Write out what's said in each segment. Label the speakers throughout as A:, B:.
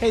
A: Hey,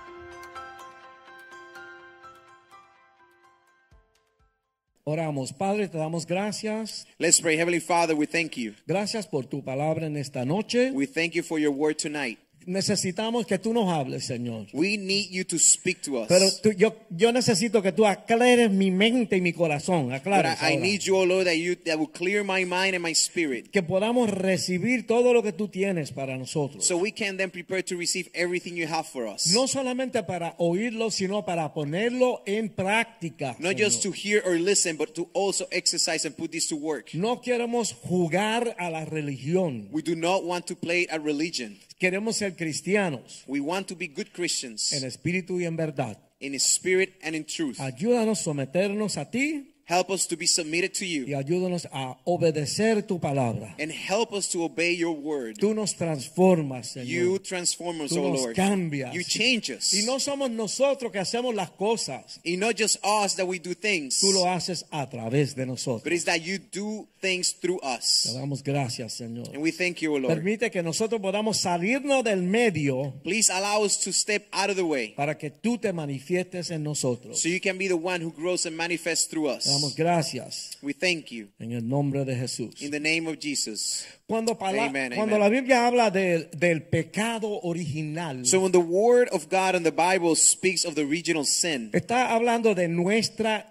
B: Oramos, Padre, te damos gracias.
C: Let's pray. Heavenly Father, we thank you.
B: Gracias por tu palabra en esta noche.
C: We thank you for your word tonight.
B: Necesitamos que tú nos hables, Señor.
C: We need you to speak to us.
B: Pero tú- yo, yo necesito que tú aclares mi mente y mi corazón.
C: But
B: Aclares
C: I, I
B: ahora.
C: need you, O Lord, that you that will clear my mind and my spirit.
B: que podamos recibir todo lo que tú tienes para nosotros.
C: So we can then prepare to receive everything you have for us.
B: no solamente para oírlo, sino para ponerlo en práctica.
C: Not
B: Señor.
C: just to hear or listen, but to also exercise and put this to work.
B: no queremos jugar a la religión.
C: We do not want to play at religion.
B: Queremos ser cristianos
C: We want to be good Christians
B: en espíritu y en verdad.
C: in spirit and in truth.
B: Ayúdanos a someternos a ti.
C: Help us to be submitted to
B: y
C: you
B: ayúdanos a obedecer tu palabra.
C: and help us to obey your word.
B: Tú nos transformas,
C: You
B: Señor.
C: transform us,
B: Tú
C: O
B: nos
C: Lord.
B: cambias.
C: You change us.
B: Y no somos nosotros que hacemos las cosas.
C: It's not just us that we do things,
B: Tú lo haces a través de
C: but
B: nosotros.
C: it's that you do things through us.
B: Te damos gracias, Señor.
C: And we thank you, O Lord.
B: Permite que nosotros podamos salirnos del medio
C: Please allow us to step out of the way
B: para que tú te manifiestes en nosotros.
C: so you can be the one who grows and manifests through
B: Te damos
C: us.
B: gracias
C: We thank you.
B: en el nombre de Jesús.
C: In the name of Jesus.
B: Cuando, pala-
C: Amen,
B: cuando
C: amen.
B: la Biblia habla del- del pecado original,
C: So when the word of God in the Bible speaks of the regional sin,
B: está hablando de nuestra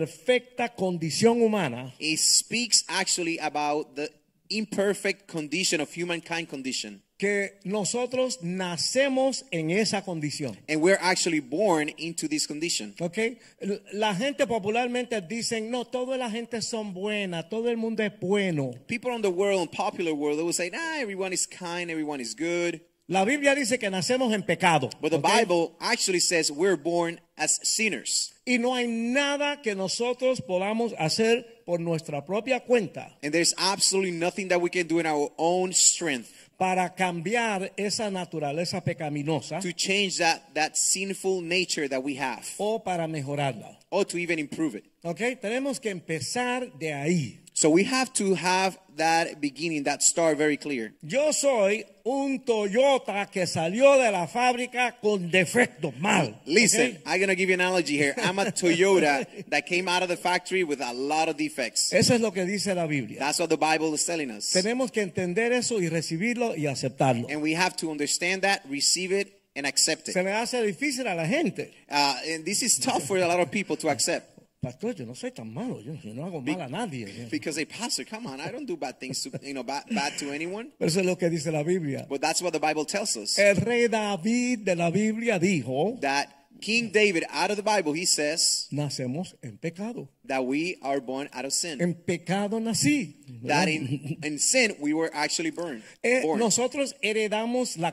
B: imperfecta condición humana.
C: it speaks actually about the imperfect condition of humankind condition.
B: que nosotros nacemos en esa condición.
C: And we're actually born into this condition.
B: ¿Ok? L- La gente popularmente dicen, no, toda la gente son buena, todo el mundo es bueno.
C: People in the world, popular world, they will say, nah, everyone is kind, everyone is good.
B: La Biblia dice que nacemos en pecado.
C: But the
B: ¿ok?
C: Bible actually says we're born as sinners.
B: Y no hay nada que nosotros podamos hacer por nuestra propia cuenta
C: And there's absolutely nothing that we can do in our own strength
B: para cambiar esa naturaleza pecaminosa
C: to change that, that sinful nature that we have
B: o para mejorarla.
C: or to even improve it.
B: ¿Ok? Tenemos que empezar de ahí.
C: So we have to have that beginning, that star very clear.
B: Yo soy un Toyota que salió de la fábrica con defectos, mal.
C: Listen,
B: ¿ok?
C: I'm going to give you an analogy here. I'm a Toyota that came out of the factory with a lot of defects.
B: Eso es lo que dice la Biblia.
C: That's what the Bible is telling us.
B: Tenemos que entender eso y recibirlo y aceptarlo.
C: And we have to understand that, receive it, and accept
B: Se
C: it.
B: le hace difícil a la gente.
C: Uh, and this is tough for a lot of people to accept.
B: Pastor, yo no soy tan malo, yo, yo no hago mal a nadie.
C: Because a pastor, come on, I don't do bad things to you know bad, bad to anyone.
B: Pero eso es lo que dice la Biblia.
C: But that's what the Bible tells us.
B: El rey David de la Biblia dijo,
C: That King David, out of the Bible, he says
B: nacemos en pecado.
C: that we are born out of sin.
B: En pecado nací.
C: That in, in sin we were actually burned,
B: Eh,
C: born.
B: nosotros heredamos la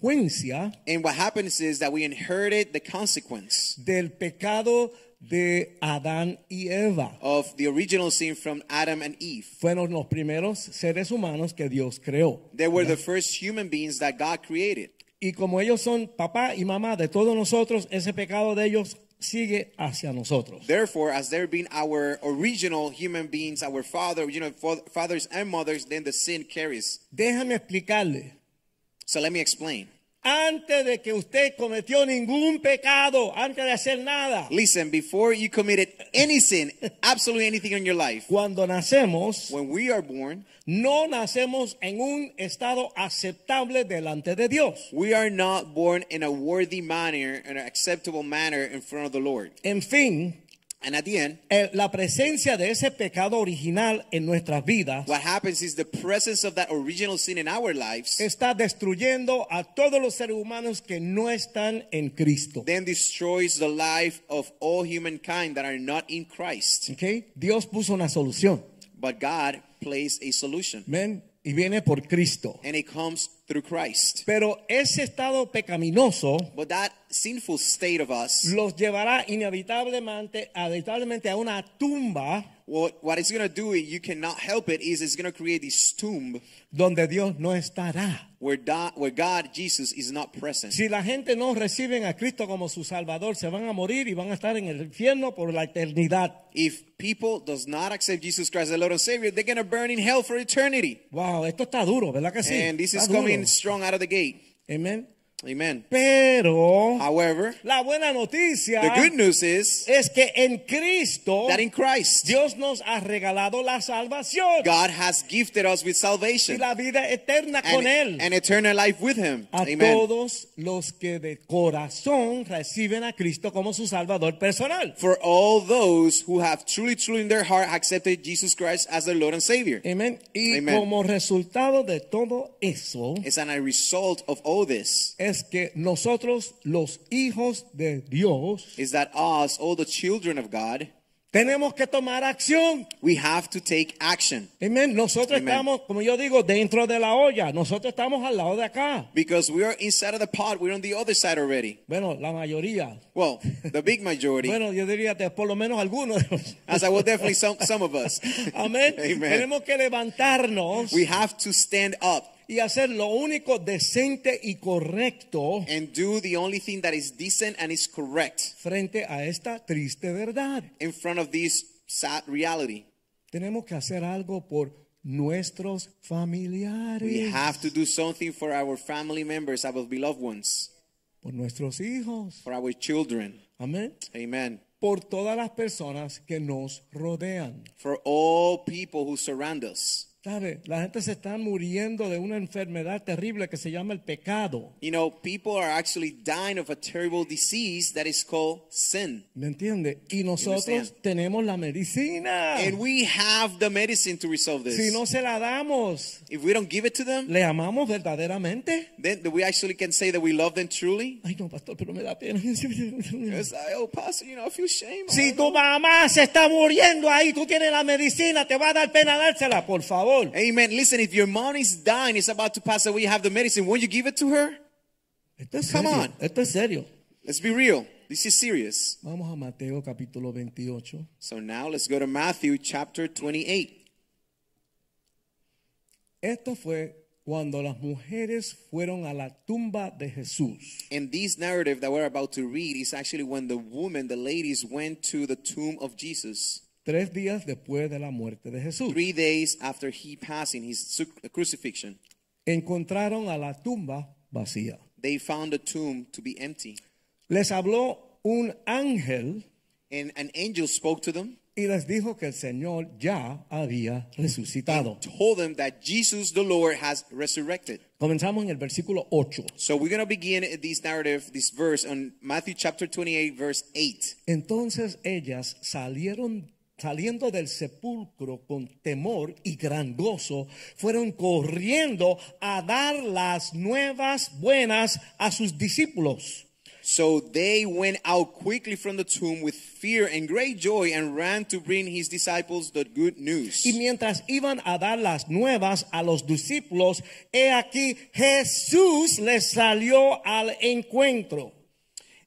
B: consecuencia
C: And what happens is that we inherited the consequence
B: del pecado de Adán y Eva.
C: of the original sin from Adam and Eve.
B: Fueron los primeros seres humanos que Dios creó.
C: They were the first human beings that God created.
B: Y como ellos son papá y mamá de todos nosotros, ese pecado de ellos sigue hacia nosotros.
C: Therefore, as they're being our original human beings, our father, you know, fa- fathers and mothers, then the sin carries.
B: Déjame explicarle.
C: So let me explain.
B: Antes de que usted cometió ningún pecado, antes de hacer nada,
C: Listen, before you committed any sin, absolutely anything in your life,
B: cuando nacemos,
C: when we are born,
B: no nacemos en un estado aceptable delante de Dios.
C: we are not born in a worthy manner, in an acceptable manner in front of the Lord.
B: En fin,
C: And at the end,
B: eh, la presencia de ese pecado original en nuestras vidas
C: what happens is the presence of that original sin in our lives
B: está destruyendo a todos los seres humanos que no están en Cristo.
C: then destroys the life of all humankind that are not in Christ.
B: ¿Ok? Dios puso una solución.
C: But God plays a solution,
B: Amén. Y viene por Cristo.
C: and it comes through Christ.
B: Pero ese estado pecaminoso
C: But that sinful state of us,
B: los llevará inevitablemente, inevitablemente a una tumba
C: what, what it's going to do, you cannot help it, is it's going to create this tomb
B: donde Dios no estará.
C: where, da, where God, Jesus, is not present.
B: Si la gente no reciben a Cristo como su Salvador, se van a morir y van a estar en el infierno por la eternidad.
C: If people does not accept Jesus Christ as Lord and Savior, they're going to burn in hell for eternity.
B: Wow, esto está duro, ¿verdad que sí?
C: And this is
B: Está duro.
C: coming strong out of the gate.
B: Amén.
C: Amen.
B: Pero
C: However,
B: la buena noticia
C: the good news is
B: es que en Cristo
C: that in Christ,
B: Oh. Dios nos ha regalado la salvación
C: God has gifted us with
B: y
C: salvation
B: la vida eterna con
C: and,
B: Él.
C: and eternal life with Him.
B: a
C: Amen.
B: todos los que de corazón reciben a Cristo como su Salvador personal.
C: For all those who have truly, truly in their heart accepted Jesus Christ as their Lord and Savior.
B: Amén. Y
C: Amen.
B: como resultado de todo eso
C: It's an a result of all this
B: es que nosotros los hijos de Dios
C: is that us, all the children of God,
B: tenemos que tomar acción.
C: we have to take action.
B: Amén. Nosotros
C: Amen.
B: estamos, como yo digo, dentro de la olla. Nosotros estamos al lado de acá.
C: Because we are inside of the pot, we're on the other side already.
B: Bueno, la mayoría.
C: Well, the big majority.
B: Bueno, yo diría que por lo menos algunos.
C: As I will definitely some some of us.
B: Amén.
C: Amen.
B: Tenemos que levantarnos.
C: We have to stand up
B: y hacer lo único decente y correcto
C: and do the only thing that is decent and is correct
B: frente a esta triste verdad.
C: in front of this sad reality.
B: Tenemos que hacer algo por nuestros
C: We
B: familiares,
C: have to do something for our family members, our beloved ones,
B: por nuestros hijos,
C: for our children.
B: amén,
C: Amen.
B: por todas las personas que nos rodean.
C: For all people who surround us.
B: ¿Sabe? La gente se está muriendo de una enfermedad terrible que se llama el pecado.
C: You know, people are actually dying of a terrible disease that is called sin.
B: ¿Me entiende? Y nosotros
C: understand?
B: tenemos la medicina.
C: And we have the medicine to resolve this.
B: Si Oh. no se la damos,
C: If we don't give it to them,
B: ¿le amamos verdaderamente?
C: then we actually can say that we love them truly.
B: Ay, no, pastor, pero me da pena.
C: It's like, oh, Pastor, you know, I feel shame.
B: Si tu mamá se está muriendo ahí, tú tienes la medicina, te va a dar pena dársela, por favor.
C: Amen. Listen, if your mom is dying, it's about to pass away, you have the medicine, won't you give it to her?
B: Esto es
C: Come
B: serio,
C: on.
B: esto es serio.
C: Let's be real. This is serious.
B: Vamos a Mateo capítulo 28.
C: So now let's go to Matthew chapter 28.
B: Esto fue cuando las mujeres fueron a la tumba de Jesús.
C: And this narrative that we're about to read is actually when the women, the ladies, went to the tomb of Jesus.
B: Tres días después de la muerte de Jesús.
C: Three days after he passing his su- crucifixion,
B: Encontraron a la tumba vacía.
C: they found the tomb to be empty.
B: Les habló un ángel
C: And an angel spoke to them,
B: y les dijo que el Señor ya había resucitado.
C: told them that Jesus the Lord has resurrected.
B: Comenzamos en el versículo 8.
C: So we're going to begin this narrative, this verse on Matthew chapter 28, verse 8.
B: Entonces ellas salieron saliendo del sepulcro con temor y gran gozo, fueron corriendo a dar las nuevas buenas a sus discípulos.
C: So they went out quickly from the tomb with fear and great joy and ran to bring his disciples the good news.
B: Y mientras iban a dar las nuevas a los discípulos, he aquí Jesús les salió al encuentro.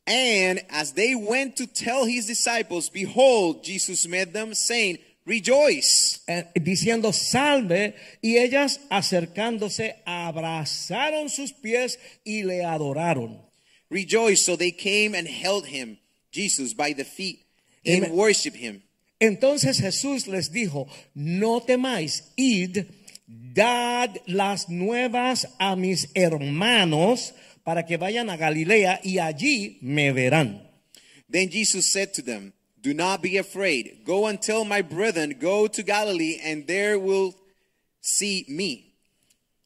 C: And as they went to tell his disciples, behold, Jesus met them, saying, Rejoice.
B: eh, diciendo salve y ellas acercándose abrazaron sus pies y le adoraron.
C: Rejoice. So they came and held him, Jesus, by the feet and
B: Amen.
C: worship him.
B: Entonces Jesús les dijo, no temáis, id, dad las nuevas a mis hermanos para que vayan a Galilea y allí me verán.
C: Then Jesus said to them, Do not be afraid. Go and tell my brethren, go to Galilee, and there will see me.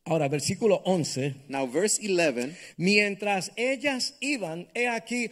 B: Ahora, versículo 11.
C: Now, verse 11.
B: Mientras ellas iban, he aquí,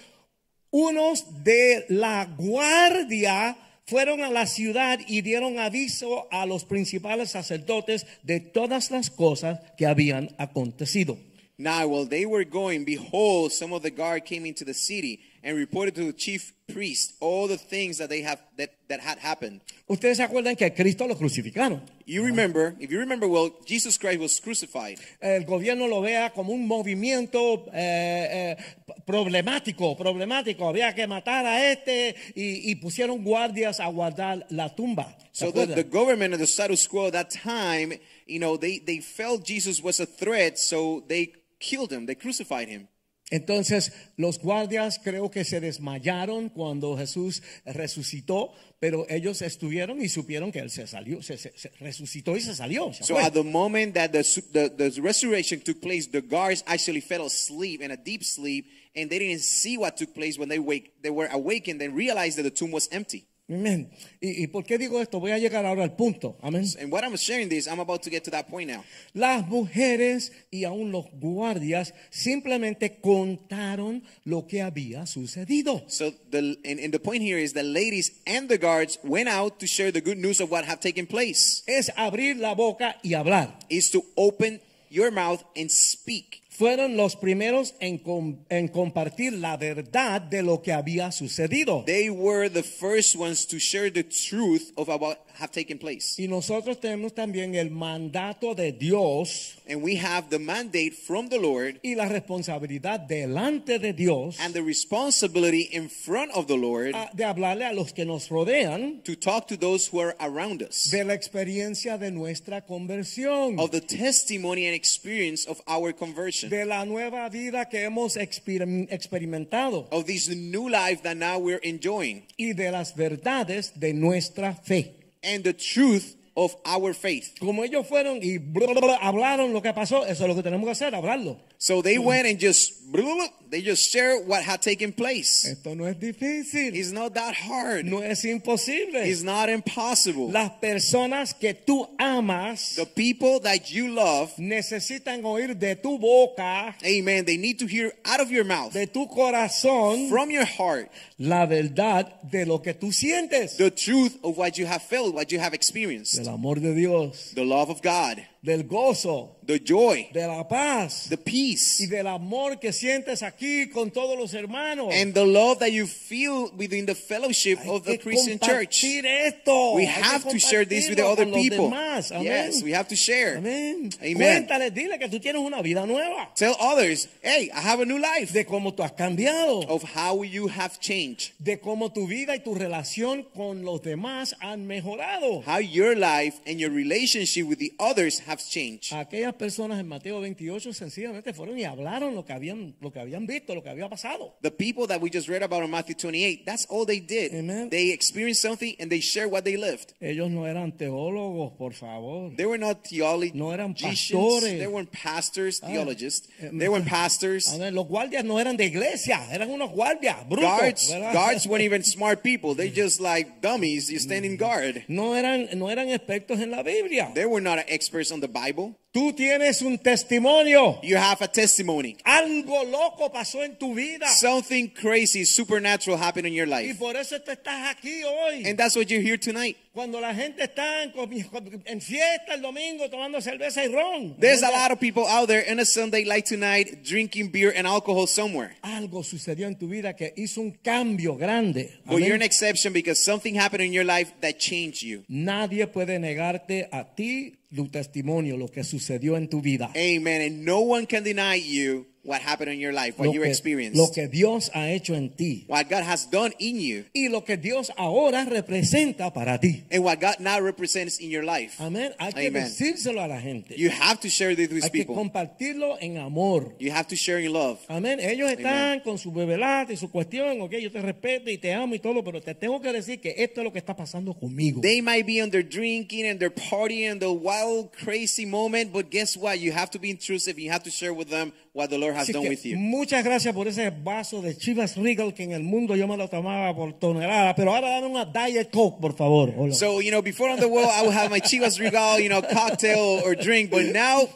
B: unos de la guardia fueron a la ciudad y dieron aviso a los principales sacerdotes de todas las cosas que habían acontecido.
C: Now, while they were going, behold, some of the guard came into the city and reported to the chief priest all the things that they have that, that had happened.
B: Ustedes se acuerdan que a Cristo lo crucificaron.
C: You remember, if you remember well, Jesus Christ was crucified.
B: El gobierno lo vea como un movimiento eh, eh, problemático, problemático. Había que matar a este y, y pusieron guardias a guardar la tumba. ¿Se
C: So the,
B: acuerdan?
C: the government and the status quo at that time, you know, they, they felt Jesus was a threat, so they killed him, they crucified him.
B: Entonces los guardias creo que se desmayaron cuando Jesús resucitó, pero ellos estuvieron y supieron que él se salió, se, se- se resucitó y se salió. ¿se
C: So
B: acuerdan?
C: at the moment that the, su- the the resurrection took place, the guards actually fell asleep in a deep sleep, and they didn't see what took place when they wake. They were awakened and realized that the tomb was empty.
B: Amén. ¿Y, y por qué digo esto? Voy a llegar ahora al punto. Amén.
C: And what I'm sharing this, I'm about to get to that point now.
B: Las mujeres y aún los guardias simplemente contaron lo que había sucedido.
C: So the and, and the point here is the ladies and the guards went out to share the good news of what have taken place.
B: Es abrir la boca y hablar.
C: Is to open your mouth and speak.
B: Fueron los primeros en, com- en compartir la verdad de lo que había sucedido.
C: They were the first ones to share the truth of what have taken place.
B: Y nosotros tenemos también el mandato de Dios
C: And we have the mandate from the Lord
B: y la responsabilidad delante de Dios
C: and the responsibility in front of the Lord
B: a- de hablarle a los que nos rodean
C: to talk to those who are around us
B: de la experiencia de nuestra conversión.
C: of the testimony and experience of our conversion,
B: de la nueva vida que hemos experim- experimentado
C: of this new life that now we're enjoying,
B: y de las verdades de nuestra fe.
C: and the truth of our faith.
B: Como ellos fueron y bla, bla, bla, hablaron lo que pasó, eso es lo que tenemos que hacer, hablarlo.
C: So they went and just, blah, blah, blah, they just shared what had taken place.
B: Esto no es difícil,
C: It's not that hard,
B: Eh. no es imposible.
C: it's not impossible.
B: Las personas que tú amas
C: The people that you love,
B: necesitan oír de tu boca,
C: amen, they need to hear out of your mouth,
B: de tu corazón,
C: from your heart,
B: la verdad de lo que tú sientes,
C: the truth of what you have felt, what you have experienced,
B: del amor de Dios,
C: the love of God,
B: del gozo,
C: the joy,
B: de la paz.
C: the peace
B: y del amor que sientes aquí con todos los hermanos.
C: and the love that you feel within the fellowship
B: Hay
C: of the
B: que
C: Christian church.
B: compartir esto.
C: We
B: Hay que
C: have to share this with the
B: compartirlo
C: other
B: con los
C: people.
B: demás. Amén.
C: Yes, we have to share.
B: Amén.
C: Amen.
B: Cuéntale, dile que tú tienes una vida nueva.
C: Tell others, hey, I have a new life
B: De cómo tú has cambiado.
C: of how you have changed,
B: De cómo tu vida y tu relación con los demás han mejorado.
C: how your life and your relationship with the others have changed.
B: Aquellas personas en Mateo 28 sencillamente fueron y hablaron lo que habían, lo que habían visto, lo que había pasado.
C: The people that we just read about in Matthew 28, that's all they did.
B: Amen.
C: They experienced something and they shared what they lived.
B: Ellos no eran teólogos, por favor.
C: They were not theologians.
B: No eran pastores.
C: They weren't pastors, theologists.
B: eh,
C: They weren't pastors.
B: A ver, los guardias no eran de iglesia, eran unos guardias brutos.
C: guards
B: ¿verdad?
C: guards weren't even smart people they just like dummies you stand
B: Mm.
C: in guard
B: No eran, no eran expertos en la Biblia.
C: they were not experts on the bible
B: Tú tienes un testimonio.
C: you have a testimony
B: Algo loco pasó en tu vida.
C: something crazy supernatural happened in your
B: y
C: life
B: por eso tú estás aquí hoy.
C: and that's what you're here tonight
B: Cuando la gente está en, comi- en fiesta el domingo tomando cerveza y ron.
C: there's a lot of people out there on a sunday like tonight drinking beer and alcohol somewhere
B: Algo sucedió en tu vida que hizo un cambio grande.
C: but
B: Amén.
C: you're an exception because something happened in your life that changed you
B: Nadie puede negarte a ti tu testimonio, lo que sucedió en tu vida.
C: amen and no one can deny you what happened in your life what
B: lo
C: you
B: que-
C: experienced
B: lo que Dios ha hecho en ti.
C: what god has done in you
B: y lo que Dios ahora representa para ti.
C: and what god now represents in your life
B: Amén. Hay que
C: Amen.
B: decírselo a la gente.
C: You have to share this with
B: Hay que
C: people.
B: compartirlo en amor.
C: You have to share in love.
B: Amén. Ellos están con su bebelata y su cuestión. Ok, yo te respeto y te amo y todo, pero te tengo que decir que esto es lo que está pasando conmigo.
C: They might be on their drinking and their party and the wild, crazy moment, but guess what? You have to be intrusive. You have to share with them what the Lord has
B: Así
C: done
B: que
C: with you.
B: muchas gracias por ese vaso de Chivas Regal que en el mundo yo me lo tomaba por tonelada, pero ahora dame una Diet Coke, por favor. Hola.
C: So, you know, before on the world, I would have my Chivas Regal, you know, cocktail or drink, but now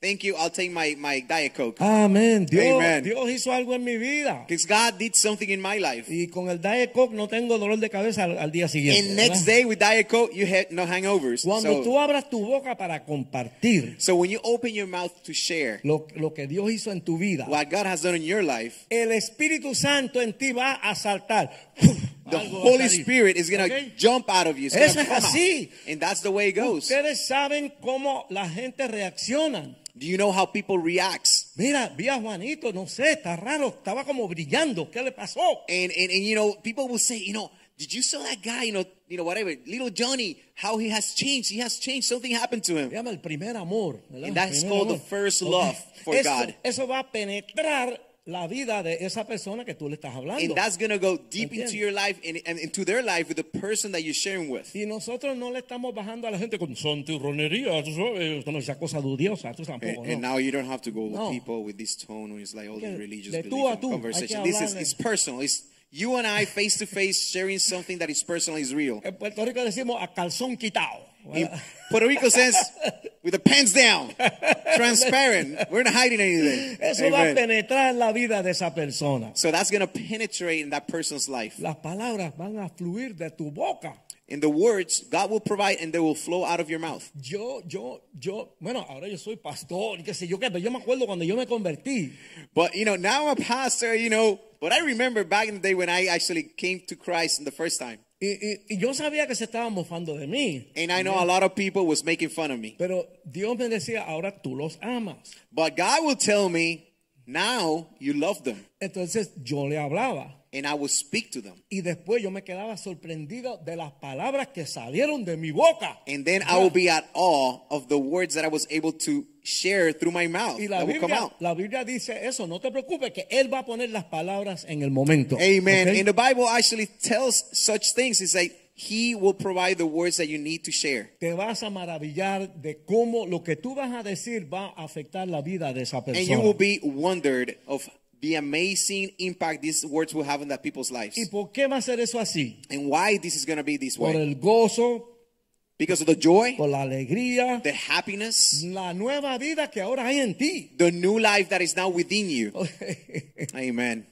C: Thank you. I'll take my, my Diet Coke.
B: Amén. Dios,
C: Amen.
B: Dios hizo algo en mi vida.
C: Because God did something in my life.
B: Y con el Diet Coke no tengo dolor de cabeza al, al día siguiente.
C: And next
B: ¿verdad?
C: day with Diet Coke, you had no hangovers. So,
B: Cuando tú abras tu boca para compartir
C: so when you open your mouth to share
B: lo, lo que Dios hizo en tu vida,
C: what God has done in your life,
B: el Espíritu Santo en ti va a saltar.
C: the
B: Algo va a
C: Holy
B: salir.
C: Spirit is going to
B: Ok.
C: jump out of you. It's gonna
B: Eso es
C: come out.
B: así.
C: And that's the way it goes.
B: Ustedes saben cómo la gente reacciona.
C: Do you know how people react?
B: Mira, vi a Juanito, no sé, está raro, estaba como brillando. ¿Qué le pasó?
C: And, and and you know, people will say, you know, did you saw that guy? You know, you know, whatever, little Johnny, how he has changed. He has changed. Something happened to him.
B: Se llama el primer amor. ¿verdad?
C: And that's
B: Primer
C: called
B: amor.
C: the first
B: Ok.
C: love for
B: eso,
C: God.
B: Eso va a penetrar la vida de esa persona que tú le estás hablando.
C: And that's gonna go deep
B: Entiendo.
C: into your life and, and into their life with the person that you're sharing with.
B: Y nosotros no le estamos bajando a la gente con santurronería, tú sabes, con esa cosa dudiosa, tú
C: And,
B: tampoco.
C: and
B: no.
C: now you don't have to go with
B: No.
C: people with this tone when it's like all
B: Que
C: the religious
B: de
C: belief
B: tú a
C: and
B: tú, hay
C: conversation.
B: que
C: This is
B: hablarle.
C: it's personal. It's you and I face to face sharing something that is personal, is real.
B: En Puerto Rico decimos a calzón quitado.
C: In Puerto Rico says with the pants down, transparent. We're not hiding anything.
B: Eso va a
C: Amen.
B: penetrar la vida de esa persona.
C: So that's going to penetrate in that person's life.
B: Las palabras van a fluir de tu boca.
C: In the words, God will provide and they will flow out of your mouth.
B: Yo, yo, yo, bueno, ahora yo soy pastor, qué sé yo qué, pero yo me acuerdo cuando yo me convertí.
C: But, you know, now I'm a pastor, you know, but I remember back in the day when I actually came to Christ the first time.
B: Y, y- y yo sabía que se estaban mofando de mí.
C: And I know a lot of people was making fun of me.
B: Pero Dios me decía, ahora tú los amas.
C: But God will tell me, now you love them.
B: Entonces yo le hablaba.
C: And I will speak to them.
B: Y después yo me quedaba sorprendido de las palabras que salieron de mi boca.
C: And then I will be at awe of the words that I was able to share through my mouth
B: Y la
C: that will come
B: Biblia,
C: out.
B: la Biblia dice eso, no te preocupes, que Él va a poner las palabras en el momento.
C: Amen.
B: ¿Ok?
C: And the Bible actually tells such things. It's like He will provide the words that you need to share.
B: Te vas a maravillar de cómo lo que tú vas a decir va a afectar la vida de esa
C: And
B: persona.
C: you will be wondered of the amazing impact these words will have on that people's lives.
B: ¿Y por qué va a ser eso así?
C: And why this is going to be this
B: Por
C: way.
B: el gozo,
C: Because of the joy,
B: por la alegría,
C: the happiness,
B: la nueva vida que ahora hay en ti.
C: the new life that is now within you. Amen.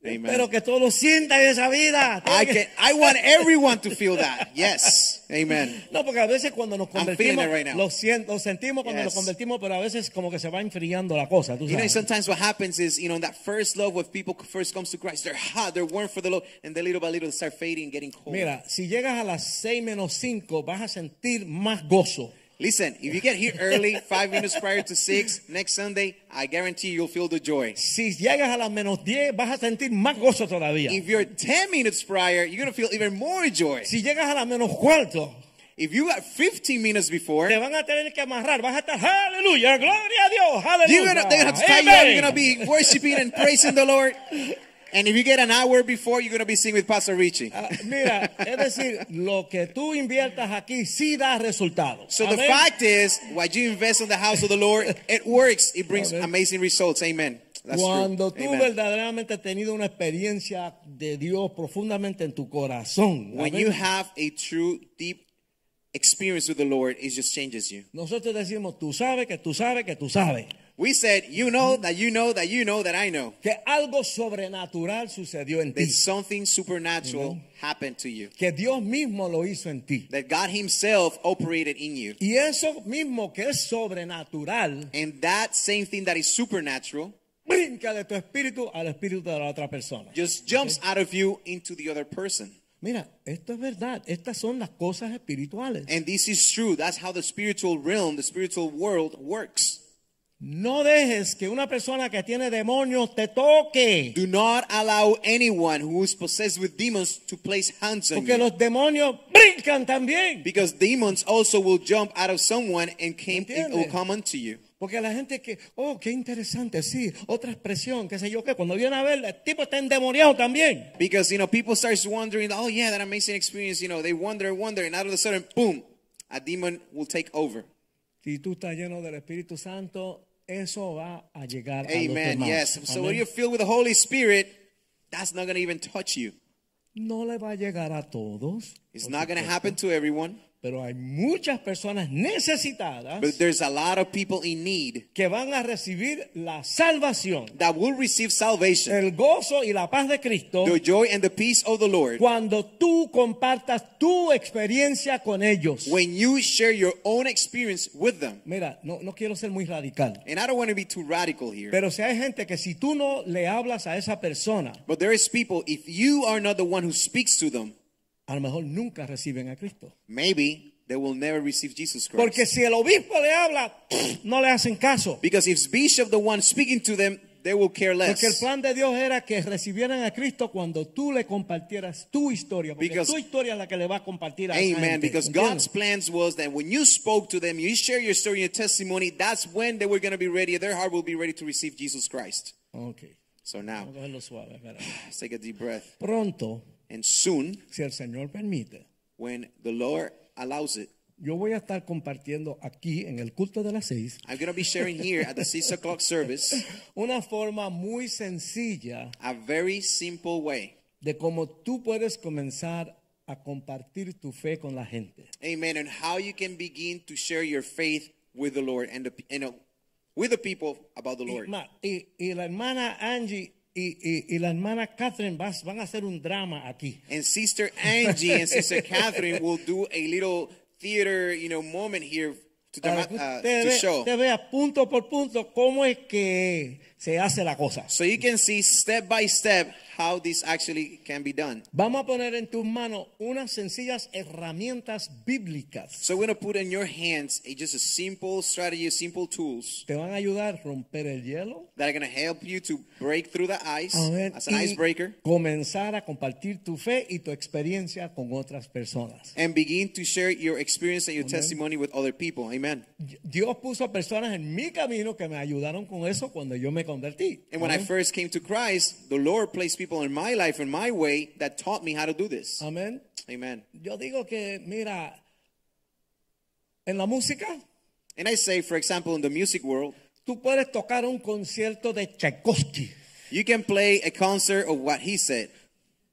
B: Pero
C: Amen.
B: que todos sientan esa vida.
C: I can I want everyone to feel that. Yes. Amen.
B: No, porque a veces cuando nos
C: I'm
B: convertimos,
C: feeling it right now.
B: lo, sien- lo sentimos cuando
C: Yes.
B: nos convertimos, pero a veces como que se va enfriando la cosa. tú
C: You know,
B: sabes.
C: sometimes what happens is, you know, in that first love, when people first comes to Christ, they're hot, they're warm for the Lord, and then little by little they start fading and getting cold.
B: Mira, si llegas a las 6 menos 5, vas a sentir más gozo.
C: Listen, if you get here early, five minutes prior to six, next Sunday, I guarantee you'll feel the joy.
B: Si llegas a las menos 10, vas a sentir más gozo todavía.
C: If you're 10 minutes prior, you're going to feel even more joy.
B: si llegas a las menos cuarto,
C: If you got 15 minutes before,
B: te van a tener que amarrar. Vas a estar, aleluya, gloria a Dios,
C: you're
B: aleluya.
C: gonna, they're going to tie you up. You're
B: Amen."
C: going to be worshiping and praising the Lord. And if you get an hour before, you're going to be singing with Pastor Richie.
B: Ah, Mira, es decir, lo que tú inviertas aquí sí da resultados.
C: So the
B: Amén.
C: fact is, what you invest in the house of the Lord, it works. It brings
B: Amen.
C: amazing results. Amen. That's
B: Cuando
C: true.
B: tú
C: Amen.
B: verdaderamente has tenido una experiencia de Dios profundamente en tu corazón,
C: When
B: amén.
C: you have a true, deep experience with the Lord, it just changes you.
B: nosotros decimos, tú sabes que tú sabes que tú sabes
C: We said, you know that you know that you know that I know
B: que algo sobrenatural sucedió en ti,
C: that something supernatural
B: Mm-hmm.
C: happened to you.
B: que Dios mismo lo hizo en ti.
C: That God Himself operated in you.
B: Y eso mismo que es sobrenatural,
C: And that same thing that is supernatural
B: brinca de tu espíritu al espíritu de la otra persona.
C: just jumps out of you into the other person.
B: Mira, esto es verdad, estas son las cosas espirituales.
C: And this is true. That's how the spiritual realm, the spiritual world works.
B: No dejes que una persona que tiene demonios te toque.
C: Do not allow anyone who is possessed with demons to place hands on you.
B: Porque los demonios brincan también.
C: Because demons also will jump out of someone and came and will
B: ¿Entiendes?
C: come unto you.
B: Porque la gente que, oh, qué interesante, sí, otra expresión, qué sé yo qué, cuando viene a ver, el tipo está endemoniado también.
C: Because you know, people starts wondering, oh yeah, that amazing experience. You know, they wonder, wonder, and out of a sudden, boom, a demon will take over.
B: Si tú estás lleno del Espíritu Santo, eso va a llegar a
C: Amen.
B: los demás.
C: Yes. So when
B: Amén.
C: you're filled with the Holy Spirit, that's not gonna even touch you.
B: No le va a llegar a todos,
C: It's not gonna happen to everyone.
B: Pero hay muchas personas necesitadas
C: But there's a lot of people in need
B: que van a recibir la salvación,
C: that will receive salvation,
B: el gozo y la paz de Cristo
C: the joy and the peace of the Lord,
B: cuando tú compartas tu experiencia con ellos.
C: when you share your own experience with them.
B: Mira, no, no quiero ser muy radical,
C: And I don't want to be too radical here.
B: pero si hay gente que si tú no le hablas a esa persona,
C: But there is people, if you are not the one who speaks to them,
B: a lo mejor nunca reciben a Cristo.
C: maybe they will never receive Jesus Christ.
B: Porque si el obispo le habla, no le hacen caso.
C: because if Bishop the one speaking to them, they will care less.
B: Porque el plan de Dios era que recibieran a Cristo cuando tú le compartieras tu historia. Porque
C: Because-
B: tu historia es la que le va a compartir a esa
C: Amen.
B: gente,
C: Because
B: ¿entiendes?
C: God's plans was that when you spoke to them, you share your story, your testimony, that's when they were going to be ready. Their heart will be ready to receive Jesus Christ.
B: Ok,
C: So now,
B: vamos a cogerlo suave. espera.
C: let's take a deep breath.
B: Pronto,
C: And soon,
B: si el Señor permite,
C: when the Lord allows it,
B: yo voy a estar compartiendo aquí en el culto de las seis
C: I'm going to be sharing here at the 6 o'clock service
B: una forma muy sencilla
C: a very simple way.
B: de cómo tú puedes comenzar a compartir tu fe con la gente.
C: Amen. And how you can begin to share your faith with the Lord and the, you know, with the people about the
B: Y,
C: Lord.
B: ma- y- y la hermana Angie y, y- y la hermana Catherine vas- van a hacer un drama aquí.
C: And Sister Angie and Sister Catherine will do a little theater, you know, moment here to,
B: Para
C: drama-
B: que
C: uh,
B: usted,
C: to
B: ve-
C: show.
B: usted vea punto por punto cómo es que se hace la cosa.
C: So you can see step by step how this actually can be done.
B: Vamos a poner en tus manos unas sencillas herramientas bíblicas.
C: So we're going to put in your hands a, just a simple strategy, simple tools
B: Te van a ayudar a romper el hielo.
C: that are going to help you to break through the ice
B: Amén.
C: as an
B: Y
C: icebreaker
B: comenzar a compartir tu fe y tu experiencia con otras personas.
C: and begin to share your experience and your testimony with other people. Amen.
B: Dios puso personas en mi camino que me ayudaron con eso cuando yo me convertí.
C: And when I
B: Amén.
C: first came to Christ, the Lord placed people in my life in my way that taught me how to do this.
B: Amén.
C: Amen.
B: Yo digo que, mira, en la música,
C: And I say, for example, in the music world,
B: tú puedes tocar un concierto de Tchaikovsky,
C: you can play a concert of what he said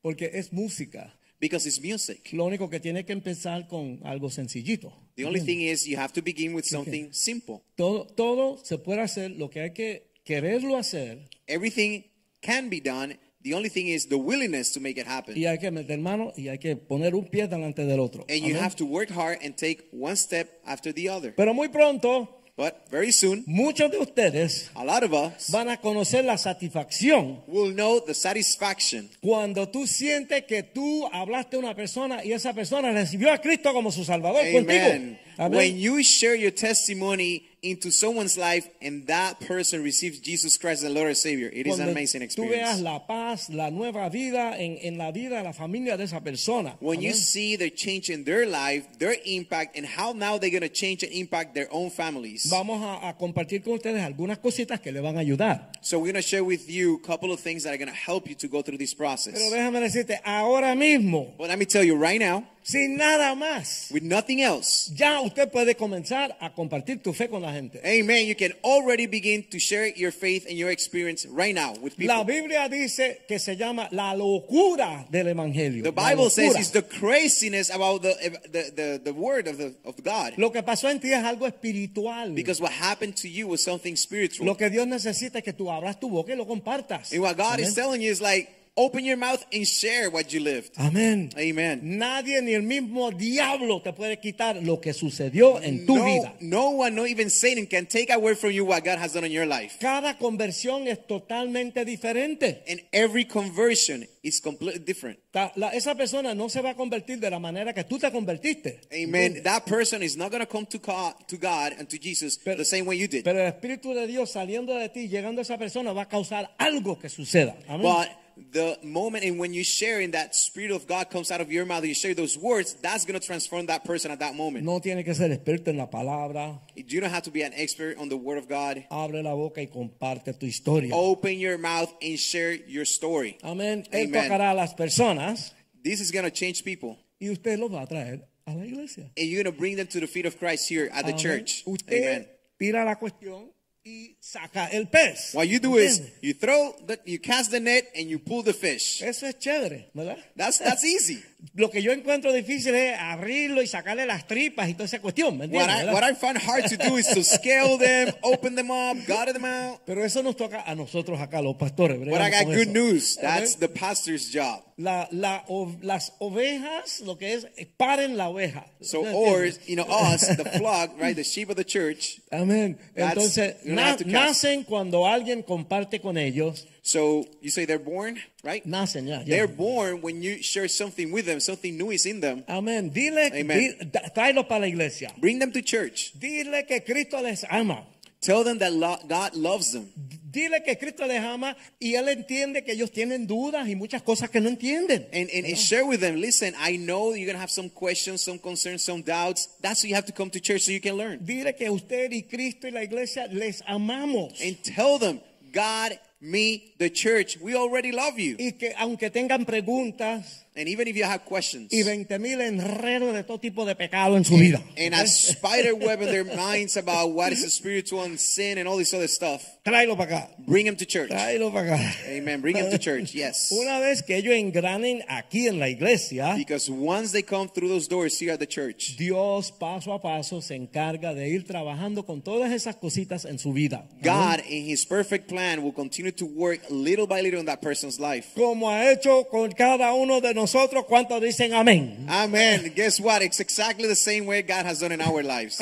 B: porque es música.
C: because it's music.
B: Lo único que tiene que empezar con algo sencillito.
C: The only thing is you have to begin with something simple.
B: Todo, todo se puede hacer, lo que hay que quererlo hacer
C: Everything can be done. The only thing is the willingness to make it happen.
B: y hay que meter mano y hay que poner un pie delante del otro.
C: And you
B: Amén.
C: have to work hard and take one step after the other.
B: Pero muy pronto,
C: But very soon,
B: muchos de ustedes
C: a lot of us
B: van a conocer la satisfacción
C: will know the satisfaction
B: Cuando tú sientes que tú hablaste a una persona y esa persona recibió a Cristo como su Salvador
C: Amen.
B: contigo. Amén.
C: When you share your testimony into someone's life and that person receives Jesus Christ as Lord and Savior, it is an
B: Cuando
C: amazing
B: tú veas
C: experience.
B: la paz, la nueva vida en, en la vida de la familia de esa persona.
C: When you
B: Amén.
C: see the change in their life, their impact, and how now they're going to change and impact their own families.
B: Vamos a, a compartir con ustedes algunas cositas que le van a ayudar.
C: So we're going to share with you a couple of things that are going to help you to go through this process.
B: Pero déjame decirte, ahora mismo,
C: But let me tell you right now,
B: sin nada más,
C: with nothing else,
B: ya usted puede comenzar a compartir tu fe con la gente.
C: amen, you can already begin to share your faith and your experience right now with people.
B: La Biblia dice que se llama la locura del Evangelio.
C: The
B: La
C: Bible says
B: locura.
C: it's the craziness about the the, the, the word of the of God.
B: Lo que pasó en ti es algo espiritual.
C: Because what happened to you was something spiritual.
B: Lo que Dios necesita es que tú abras tu boca y lo compartas.
C: and what God
B: Amén.
C: is telling you is like open your mouth and share what you lived.
B: Amén.
C: Amen.
B: Nadie ni el mismo diablo te puede quitar lo que sucedió en tu
C: no,
B: vida.
C: no one, not even Satan, can take away from you what God has done in your life.
B: Cada conversión es totalmente diferente.
C: And every conversion is completely different.
B: Ta- la- esa persona no se va a convertir de la manera que tú te convertiste.
C: Amen. That person is not going to come to God, to God and to Jesus
B: Pero-
C: the same way you did.
B: Pero el Espíritu de Dios saliendo de ti, llegando a esa persona, va a causar algo que suceda. Amén.
C: But the moment and when you share and that spirit of God comes out of your mouth, you share those words, that's going to transform that person at that moment.
B: no tiene que ser experto en la palabra.
C: You don't have to be an expert on the word of God.
B: Abre la boca y comparte tu historia.
C: Open your mouth and share your story.
B: Amén. Él
C: Amen.
B: tocará a las personas
C: This is going to change people.
B: y usted los va a traer a la iglesia.
C: And you're going to bring them to the feet of Christ here at the
B: Amén.
C: church.
B: Usted
C: Amen.
B: tira la cuestión y saca el pez.
C: What you do
B: ¿Entiende? Eh.
C: is you throw, the, you cast the net and you pull the fish.
B: Eso es chévere, ¿verdad?
C: That's, that's easy.
B: Lo que yo encuentro difícil es abrirlo y sacarle las tripas y toda esa cuestión, ¿me
C: What
B: entiendes?
C: I,
B: verdad?
C: what I find hard to do is to scale them, open them up, gutter them out.
B: Pero eso nos toca a nosotros acá, los pastores.
C: But I
B: bregamos
C: got
B: con
C: good
B: eso.
C: news.
B: Ok.
C: That's the pastor's job.
B: La- la o- las ovejas, lo que es, eh, paren la oveja.
C: So
B: ¿Me
C: ours,
B: entiendes?
C: you know, us, the flock, right, the sheep of the church.
B: Amén.
C: That's-
B: Entonces,
C: you don't
B: na-
C: have to cast.
B: nacen cuando alguien comparte con ellos.
C: So you say they're born, right?
B: Nacen ya. ya.
C: They're born when you share something with them, something new is in them.
B: Amén. Dile,
C: Amen.
B: di- da- tráelos para la iglesia.
C: Bring them to church.
B: Dile que Cristo les ama.
C: Tell them that lo- God loves them.
B: Dile que Cristo les ama y Él entiende que ellos tienen dudas y muchas cosas que no entienden.
C: And, and, and share with them, listen, I know you're going to have some questions, some concerns, some doubts. That's why you have to come to church so you can learn.
B: Dile que usted y Cristo y la iglesia les amamos.
C: And tell them, God, me, the church, we already love you.
B: Y que aunque tengan preguntas
C: And even if you have questions,
B: y 20 mil enredos de todo tipo de pecado en su vida.
C: and a spider web in their minds about what is the spiritual and sin and all this other stuff,
B: Tráelo para acá.
C: bring them to church.
B: Tráelo para acá.
C: Amen. Bring them to church. Yes.
B: Una vez que ellos engranen aquí en la iglesia,
C: Because once they come through those doors here at the church,
B: Dios paso a paso se encarga de ir trabajando con todas esas cositas en su vida.
C: God, in His perfect plan, will continue to work little by little in that person's life.
B: Como ha hecho con cada uno de nosotros, ¿cuántos dicen amén?
C: Amen. Guess what? It's exactly the same way God has done in our lives.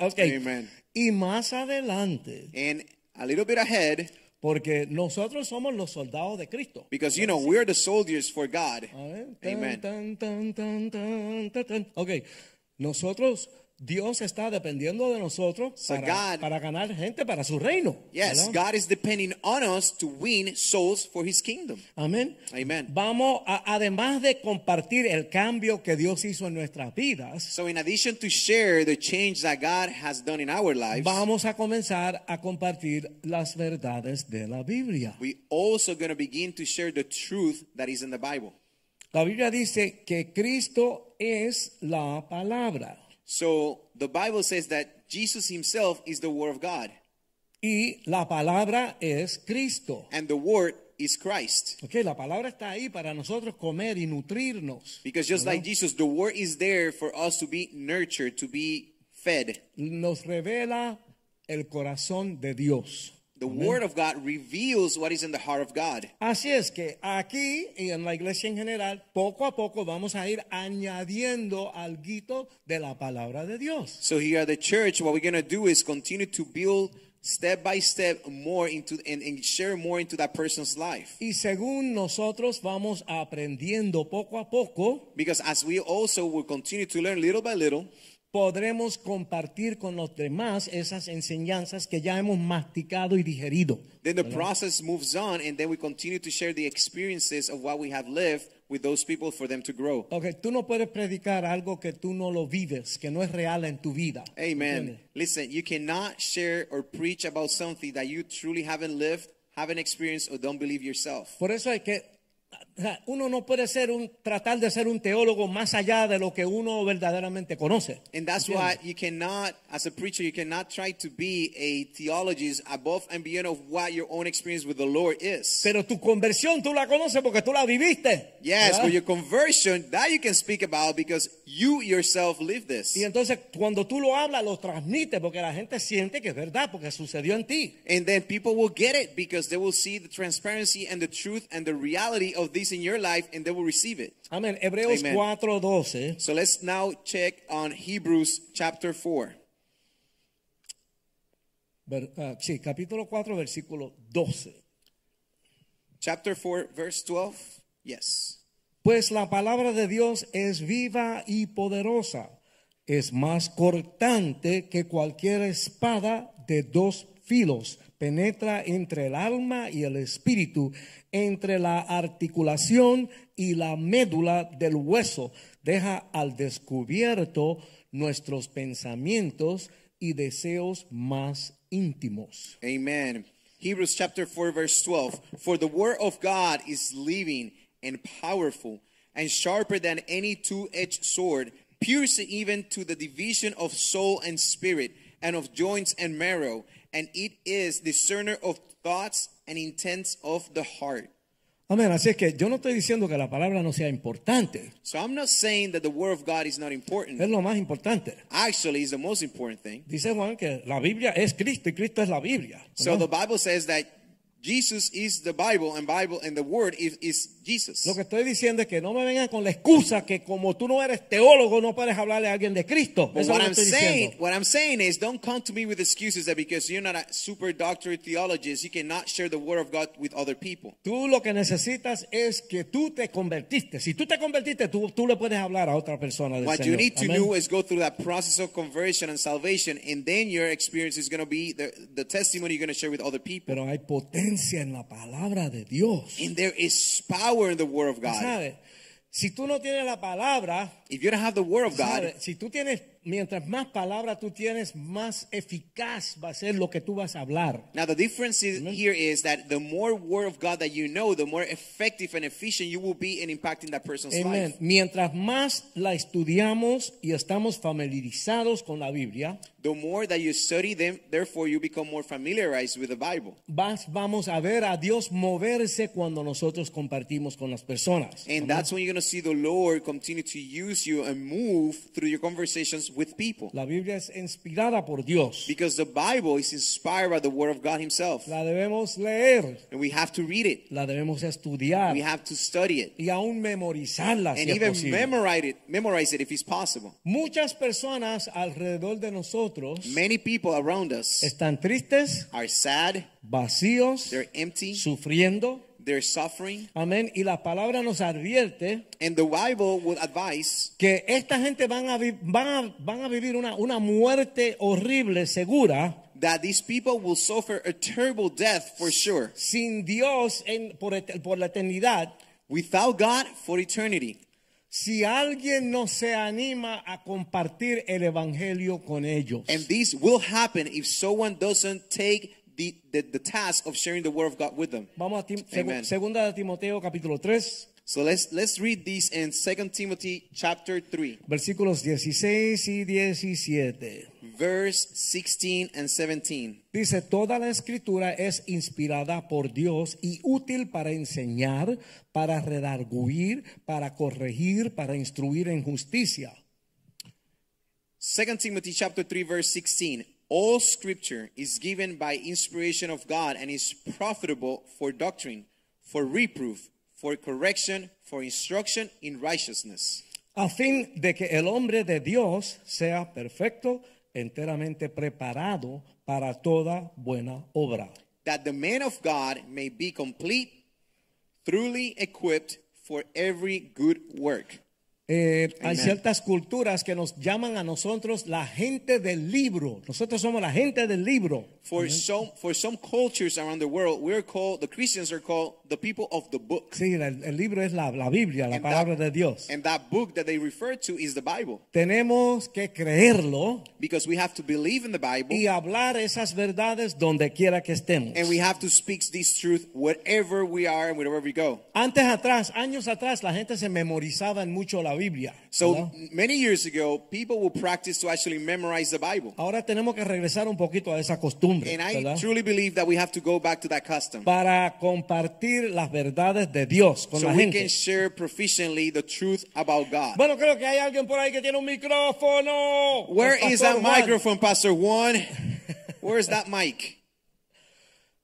B: Ok.
C: Amen.
B: Y más adelante,
C: And a little bit ahead,
B: porque nosotros somos los soldados de Cristo.
C: because you know, we're the soldiers for God.
B: A ver, tan,
C: Amen.
B: tan, tan, tan, tan, tan, tan. Ok, nosotros, Dios está dependiendo de nosotros
C: So
B: para,
C: God-
B: para ganar gente para su reino.
C: Yes,
B: ¿verdad?
C: God is depending on us to win souls for His kingdom.
B: Amén.
C: Amen.
B: Vamos a, además de compartir el cambio que Dios hizo en nuestras vidas,
C: So, in addition to share the change that God has done in our lives,
B: vamos a comenzar a compartir las verdades de la Biblia.
C: we also going to begin to share the truth that is in the Bible.
B: La Biblia dice que Cristo es la palabra
C: So the Bible says that Jesus himself is the Word of God,
B: y la palabra es Cristo.
C: and the Word is Christ.
B: Ok, la palabra está ahí para nosotros comer y nutrirnos.
C: Because just like Jesus, the Word is there for us to be nurtured, to be fed.
B: Nos revela el corazón de Dios.
C: The Word of God reveals what is in the heart of God.
B: Así es que aquí y en la iglesia en general, poco a poco vamos a ir añadiendo algo de la palabra de Dios.
C: So here at the church, what we're going to do is continue to build step by step more into and, and share more into that person's life.
B: Y según nosotros vamos aprendiendo poco a poco,
C: Because as we also will continue to learn little by little,
B: podremos compartir con los demás esas enseñanzas que ya hemos masticado y digerido.
C: Then the process moves on, and then we continue to share the experiences of what we have lived with those people for them to grow.
B: Ok, tú no puedes predicar algo que tú no lo vives, que no es real en tu vida.
C: Amen.
B: ¿Entiendes?
C: Listen, you cannot share or preach about something that you truly haven't lived, haven't experienced, or don't believe yourself.
B: Por eso es que o sea, uno no puede ser un tratar de ser un teólogo más allá de lo que uno verdaderamente conoce.
C: And that's why you cannot, as a preacher, you cannot try to be a theologist above and beyond of what your own experience with the Lord is.
B: Pero tu conversión tú la conoces porque tú la viviste.
C: Yes,
B: ¿verdad?
C: but your conversion, that you can speak about because you yourself live this.
B: Y entonces cuando tú lo hablas lo transmites porque la gente siente que es verdad porque sucedió en ti.
C: And then people will get it because they will see the transparency and the truth and the reality of this in your life and they will receive it.
B: Amén. Hebreos
C: Amen.
B: 4:12.
C: So let's now check on Hebrews chapter 4.
B: ver- ah, sí, capítulo 4 versículo 12.
C: Chapter 4, verse 12. Yes.
B: Pues la palabra de Dios es viva y poderosa, es más cortante que cualquier espada de dos filos, penetra entre el alma y el espíritu, entre la articulación y la médula del hueso, deja al descubierto nuestros pensamientos y deseos más íntimos.
C: Amen. Hebrews chapter 4, verse 12. For the word of God is living and powerful and sharper than any two edged sword, piercing even to the division of soul and spirit, and of joints and marrow, and it is discerner of thoughts and intents of the heart.
B: Amén. Así es que yo no estoy diciendo que la palabra no sea importante.
C: So I'm not saying that the word of God is not
B: Es
C: important.
B: lo más importante.
C: Actually, it's the most important thing.
B: Dice Juan que la Biblia es Cristo y Cristo es la Biblia.
C: So
B: ¿no?
C: the Bible says that Jesus is the Bible and Bible and the word is, is Jesus.
B: Lo que estoy diciendo es que no me vengan con la excusa que como tú no eres teólogo no puedes hablarle a alguien de Cristo.
C: But
B: Eso es
C: what
B: lo que
C: I'm
B: estoy
C: saying,
B: diciendo.
C: what I'm saying is, don't come to me with excuses that because you're not a super doctorate theologist, you cannot share the word of God with other people.
B: Tú lo que necesitas es que tú te convertiste. Si tú te convertiste, tú, tú le puedes hablar a otra persona del
C: What
B: Señor.
C: you need to
B: Amén.
C: do is go through that process of conversion and salvation, and then your experience is going to be the, the testimony you're going to share with other people.
B: Pero hay potencia en la palabra de Dios.
C: And there is power in the word of God.
B: ¿Sabes? Si tú no tienes la palabra,
C: If you don't have the word of God,
B: ¿Sabe? Si tú tienes, mientras más palabra tú tienes, más eficaz va a ser lo que tú vas a hablar.
C: now the difference is, here is that the more word of God that you know, the more effective and efficient you will be in impacting that person's
B: Amen.
C: life.
B: Mientras más la estudiamos y estamos familiarizados con la Biblia,
C: The more that you study them, therefore you become more familiarized with the Bible.
B: más vamos a ver a Dios moverse cuando nosotros compartimos con las personas.
C: And that's when you're going to see the Lord continue to use you and move through your conversations with people.
B: La Biblia es inspirada por Dios.
C: Because the Bible is inspired by the Word of God Himself.
B: La debemos leer,
C: And we have to read it,
B: la debemos estudiar
C: we have to study it,
B: y aún memorizarla. si
C: and
B: es
C: even
B: posible.
C: memorize it, memorize it if it's possible.
B: Muchas personas alrededor de nosotros
C: Many people around us
B: están tristes,
C: are sad,
B: vacíos,
C: they're empty,
B: sufriendo.
C: they're suffering.
B: Amén. Y la palabra nos advierte
C: And the Bible will advise
B: que esta gente van a, vi- van a- van a vivir una, una muerte horrible, segura,
C: that these people will suffer a terrible death for sure,
B: sin Dios en- por, et- por la eternidad.
C: without God for eternity.
B: Si alguien no se anima a compartir el evangelio con ellos,
C: And these will happen if someone doesn't take the, the, the task of sharing the word of God with them.
B: vamos a Tim- segu-
C: Amen.
B: segunda de Timoteo capítulo 3,
C: So let's let's read these in 2 Timothy chapter 3,
B: versículos 16 y 17.
C: verse 16 and 17.
B: Dice, toda la escritura es inspirada por Dios y útil para enseñar, para redarguir, para corregir, para instruir en justicia.
C: 2 Timothy chapter 3 verse 16. All scripture is given by inspiration of God and is profitable for doctrine, for reproof, for correction, for instruction in righteousness.
B: A fin de que el hombre de Dios sea perfecto, enteramente preparado para toda buena obra.
C: that the man of God may be complete, thoroughly equipped for every good work.
B: Eh, hay
C: Amen.
B: ciertas culturas que nos llaman a nosotros la gente del libro. Nosotros somos la gente del libro.
C: For some for some cultures around the world, we're called the Christians are called the people of the book.
B: Sí, el, el libro es la, la Biblia, la palabra de Dios.
C: and that book that they refer to is the Bible.
B: Tenemos que creerlo
C: Because we have to believe in the Bible
B: y hablar esas verdades donde quiera que estemos.
C: and we have to speak this truth wherever we are and wherever we go.
B: Antes atrás, años atrás, la gente se memorizaba en mucho la Biblia.
C: So
B: ¿verdad?
C: many years ago, people will practice to actually memorize the Bible.
B: Ahora tenemos que regresar un poquito a esa costumbre
C: And I
B: ¿verdad?
C: truly believe that we have to go back to that custom.
B: para compartir las verdades de Dios con
C: so
B: la
C: we
B: gente.
C: can share proficiently the truth about God.
B: Bueno, creo que hay alguien por ahí que tiene un micrófono.
C: Where
B: El
C: is
B: pastor
C: that
B: Juan.
C: microphone, Pastor Juan? Where is that mic?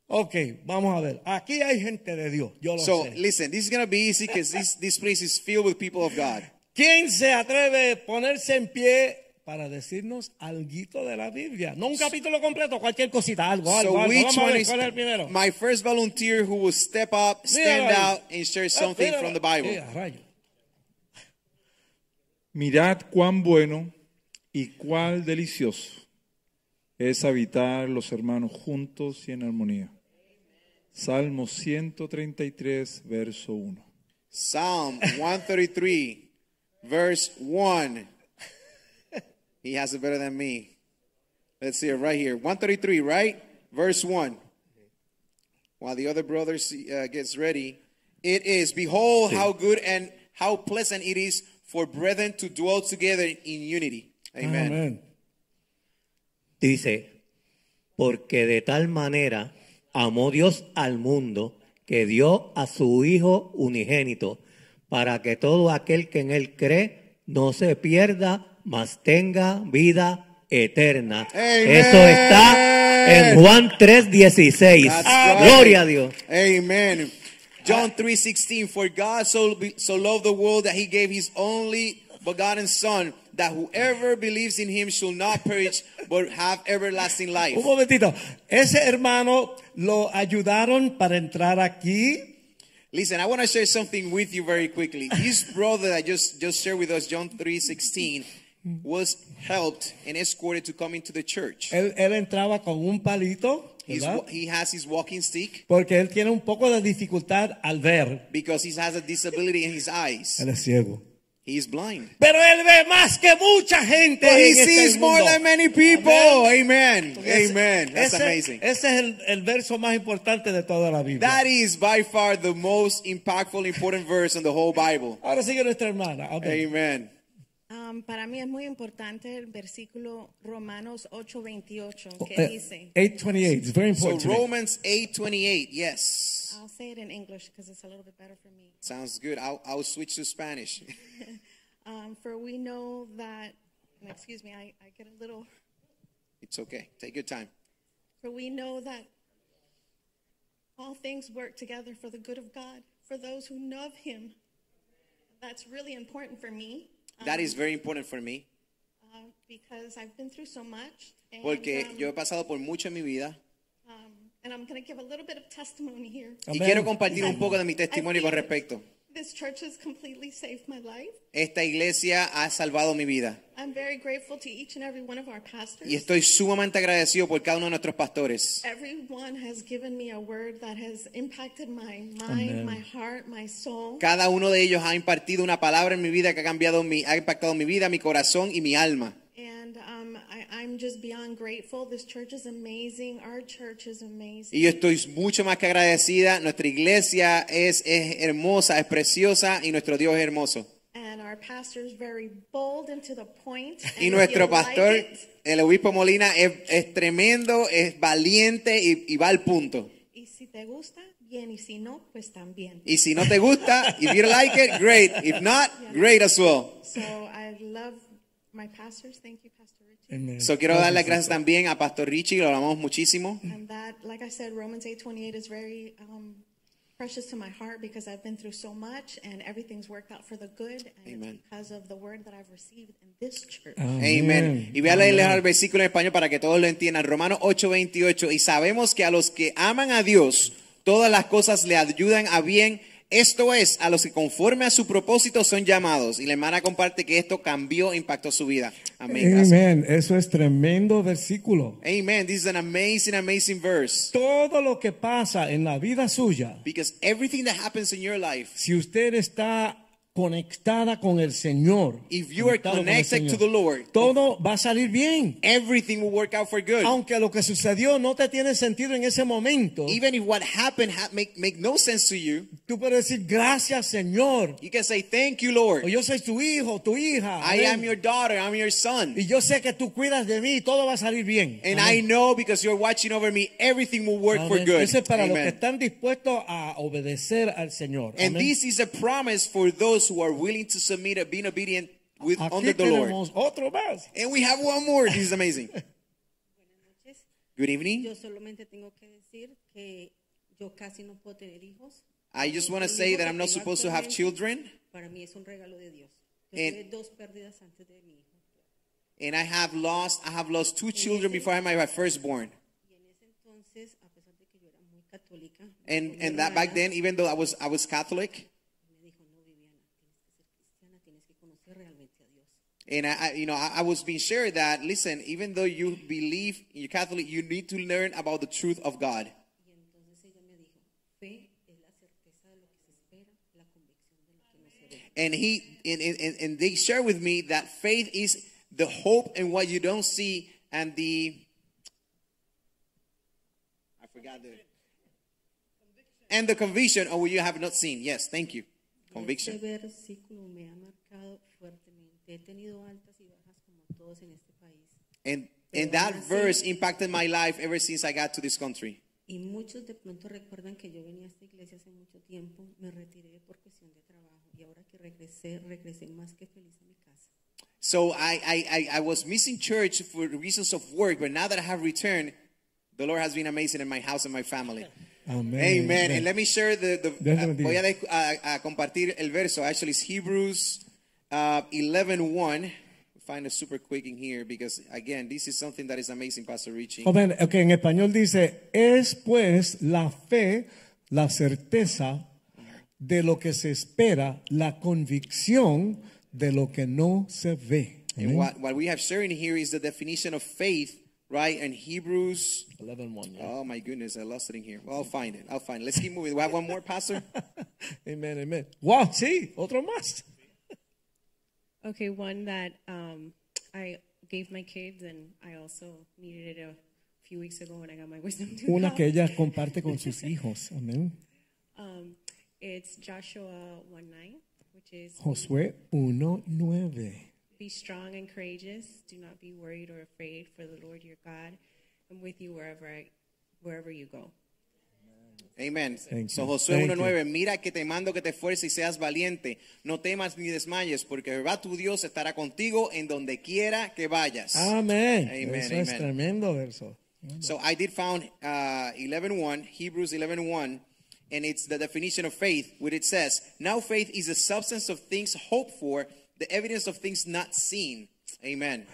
B: Ok, vamos a ver. Aquí hay gente de Dios, yo lo
C: So
B: sé.
C: listen, this is gonna be easy because this this place is filled with people of God.
B: ¿Quién se atreve a ponerse en pie para decirnos algo de la Biblia? No un capítulo completo, cualquier cosita, algo, algo,
C: So
B: algo.
C: which
B: Vamos a
C: one
B: ver,
C: is
B: ¿cuál es el primero?
C: my first volunteer who will step up, stand
B: Míralo ahí.
C: out, and share
B: Ah,
C: something
B: míralo.
C: from the
B: Sí,
C: Bible?
B: a rayo.
D: Mirad cuán bueno y cuán delicioso es habitar los hermanos juntos y en armonía. Salmo 133, verso 1.
C: Psalm 133, verse one. He has it better than me. Let's see it right here. 133, right? Verse 1. While the other brother see- uh, gets ready, it is, Behold, how good and how pleasant it is for brethren to dwell together in unity. Amen.
B: Amén.
E: Dice, porque de tal manera amó Dios al mundo que dio a su Hijo unigénito, para que todo aquel que en Él cree no se pierda, mas tenga vida eterna.
C: Amen.
E: Eso está en Juan 3:16.
C: That's right.
E: Ah, Gloria a Dios.
C: Amen. John 3:16 For God so so loved the world that he gave his only begotten son that whoever believes in him shall not perish but have everlasting life.
B: Un momentito. Ese hermano lo ayudaron para entrar aquí.
C: Listen, I want to share something with you very quickly. His brother that just just shared with us John 3:16 was helped and escorted to come into the
E: Eh,
C: church.
B: Él, él entraba con un palito,
C: He's,
B: ¿verdad?
C: wa- he has his walking stick
B: porque él tiene un poco de dificultad al ver.
C: because he has a disability in his eyes.
B: Él es ciego.
C: He is blind.
B: Pero él ve más que mucha gente.
C: But he
B: en este
C: sees more
B: mundo.
C: than many people. Amen.
B: Ese-
C: Amen. That's
B: ese-
C: amazing.
B: Ese es el, el verso más importante de toda la Biblia.
C: That is by far the most impactful, important verse in the whole Bible.
B: Ahora sigue nuestra hermana. Ok.
C: Amen.
F: Um, para mí es muy importante el versículo Romanos
C: Oh,
F: 8:28 que
B: Eh,
F: dice.
B: 828, it's very
C: So
B: important. to me.
C: Romans 8:28. Yes.
F: I'll say it in English because it's a little bit better for me.
C: Sounds good. I'll, I'll switch to Spanish.
F: Um, for we know that, and excuse me, I, I get a little.
C: It's okay. Take your time.
F: For we know that all things work together for the good of God for those who love Him. That's really important for me.
C: That is very important for me
F: uh, because I've been through so much. And,
C: porque
F: um,
C: yo he pasado por mucho en mi vida
F: um, and I'm going to give a little bit of testimony here.
C: y
B: Amén.
C: quiero compartir un poco de mi testimonio con
F: Amén.
C: respecto.
F: This church has completely saved my life.
C: Esta iglesia ha salvado mi vida
F: I'm very grateful to each and every one of our pastors.
C: y estoy sumamente agradecido por cada uno de nuestros pastores.
F: Everyone has given me a word that has impacted my mind, my heart, my soul.
C: Cada uno de ellos ha impartido una palabra en mi vida que ha cambiado mi, ha impactado mi vida, mi corazón y mi alma.
F: And um, I, I'm just beyond grateful. This church is amazing. Our church is amazing.
C: Y yo estoy mucho más que agradecida. Nuestra iglesia es, es hermosa, es preciosa y nuestro Dios es hermoso.
F: And our pastor is very bold and to the point. And
C: Y
F: if
C: nuestro
F: you like
C: pastor,
F: it,
C: el obispo Molina, es, es tremendo, es valiente y, y va al punto.
F: y si te gusta, bien. Y si no, pues también.
C: Y si no te gusta, if you like it, great. If not, great as well.
F: So I love my pastors. Thank you, Pastor Richie.
B: Amen.
C: So quiero dar las gracias también a Pastor Richie, lo amamos muchísimo.
F: And that, like I said, Romans 8:28 is very um, precious to my heart because I've been through so much, and everything's worked out for the good, and
C: Amen.
F: it's because of the word that I've received in this church.
C: Amen. Y voy a leerles el versículo en español para que todos lo entiendan. Romanos 8:28. Y sabemos que a los que aman a Dios, todas las cosas le ayudan a bien. Esto es, a los que conforme a su propósito son llamados. Y la hermana comparte que esto cambió, impactó su vida. Amén. Gracias.
G: Amén. Eso es tremendo versículo.
C: Amen. This is an amazing, amazing verse.
B: Todo lo que pasa en la vida suya,
C: Because everything that happens in your life,
B: si usted está conectada con el Señor,
C: If you are
B: conectado con el
C: connected
B: Señor,
C: to the Lord,
B: todo va a salir bien.
C: everything will work out for good.
B: Aunque lo que sucedió no te tiene sentido en ese momento,
C: Even if what happened ha- make, make no sense to you,
B: tú puedes decir gracias, Señor.
C: you can say, thank you, Lord.
B: O yo soy tu hijo, tu hija.
C: I
B: Amén.
C: am your daughter. I'm your son.
B: Y yo sé que tú cuidas de mí y todo va a salir bien.
C: And
B: Amén.
C: I know because you're watching over me, everything will work for
B: Amén.
C: good.
B: Eso es para los que
C: Amen.
B: están dispuestos a obedecer al Señor.
C: And
B: Amén.
C: this is a promise for those who are willing to submit and being obedient with under
B: Aquí
C: the Lord.
B: tenemos otro más.
C: And we have one more. This is amazing.
H: noches.
C: Good evening.
H: Yo solamente tengo que decir que yo casi no puedo tener hijos.
C: I just want to
H: El
C: say
H: hijo
C: that
H: que
C: I'm not
H: tengo
C: supposed to have
H: actualmente,
C: children,
H: Para mí es un regalo de Dios. Yo tuve
C: And-
H: dos pérdidas antes de mi hijo.
C: and I have lost. I have lost two children before I had my firstborn.
H: Y en ese entonces, a pesar de que yo era muy católica,
C: And
H: mi
C: and that back
H: hermana
C: then, even though I was I was Catholic,
H: me dijo, no, Viviana, tienes que ser cristiana, tienes que conocer realmente a Dios.
C: and I, I you know I, I was being shared that listen, even though you believe you're Catholic, you need to learn about the truth of God.
H: Y entonces ella me dijo, fe es la certeza de lo que se espera, la convicción de lo que no se ve.
C: and he and, and, and they share with me that faith is the hope in what you don't see and the i forgot the and the conviction of what you have not seen yes thank you
H: Este
C: conviction
H: versículo me ha marcado fuertemente. He tenido altas y bajas como todos en este país.
C: and and that verse impacted my life ever since i got to this country
H: Y
I: Y muchos de pronto recuerdan que yo venía a esta iglesia hace mucho tiempo, me retiré por cuestión de trabajo y ahora que regresé, regresé más que feliz a mi casa.
C: So I, I, I, I was missing church for reasons of work, but now that I have returned, the Lord has been amazing in my house and my family.
B: Amén.
C: Amen. And let me share the. the
B: Dios te bendiga.
C: voy a, de- a- a compartir el verso. Actually, it's Hebrews uh, 11 Find it super quick in here because, again, this is something that is amazing, Pastor Richie.
B: Amén. Ok, en español dice, es pues la fe, la certeza de lo que se espera, la convicción de lo que no se ve.
C: And
B: Amén.
C: what, what we have sharing here is the definition of faith, right? And Hebrews.
B: 11:1, yeah.
C: Oh, my goodness, I lost it in here. Well, I'll find it. I'll find it. Let's keep moving. We have one more, Pastor.
B: Amén, amén. Wow, sí, otro más.
J: Okay, one that um, I gave my kids, and I also needed it a few weeks ago when I got my wisdom tooth
B: Una
J: out.
B: que ella comparte con sus hijos. Amén.
J: Um, it's Joshua 1 9, which is
B: Josué 1:9.
J: Be strong and courageous. Do not be worried or afraid, for the Lord your God am with you wherever, I, wherever you go.
C: Amen.
B: Thank
C: so
B: you.
C: Josué
B: Thank
C: 1.9, mira que te mando que te esfuerces y seas valiente, no temas ni desmayes, porque Jehová tu Dios estará contigo en donde quiera que vayas.
B: Amén.
C: Amen,
B: Eso es
C: amen.
B: tremendo verso.
C: So I did found uh, 11.1, Hebrews 11.1, and it's the definition of faith, where it says, Now faith is the substance of things hoped for, the evidence of things not seen. Amen.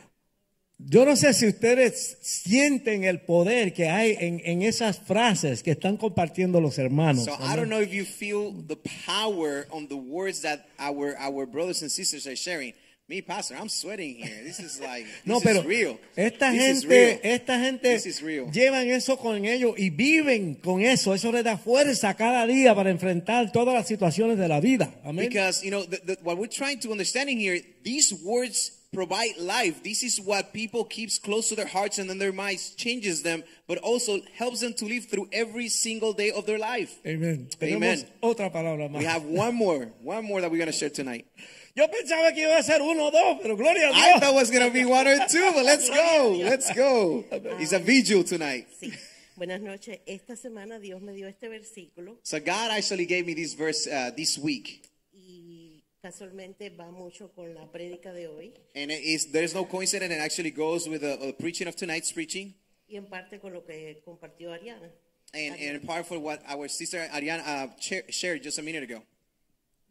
B: Yo no sé si ustedes sienten el poder que hay en, en esas frases que están compartiendo los hermanos.
C: So I
B: Amén.
C: don't know if you feel the power on the words that our our brothers and sisters are sharing. Me, Pastor, I'm sweating here. This is like this
B: No, pero
C: is real.
B: esta
C: This is
B: gente,
C: real.
B: esta gente
C: This is real.
B: llevan eso con ellos y viven con eso. Eso les da fuerza cada día para enfrentar todas las situaciones de la vida. Amén.
C: Because you know the, the, what we're trying to understand in here, these words provide life. This is what people keeps close to their hearts and in their minds, changes them, but also helps them to live through every single day of their life.
B: Amén. Tenemos
C: Amen.
B: otra palabra más.
C: We have one more, one more that we're gonna share tonight.
B: Yo pensaba que iba a ser uno o dos, pero gloria
C: I
B: a
C: thought it
B: Dios.
C: was gonna be one or two, but let's go, let's go. It's a vigil tonight.
K: Sí. Buenas noches. Esta semana Dios me dio este versículo
C: So God actually gave me this verse uh, this week,
K: y casualmente va mucho con la prédica de hoy
C: and it is there's no coincidence. It actually goes with the, the preaching of tonight's preaching,
K: y en parte con lo que compartió Ariana.
C: and and in part for what our sister Ariana uh, cha- shared just a minute ago.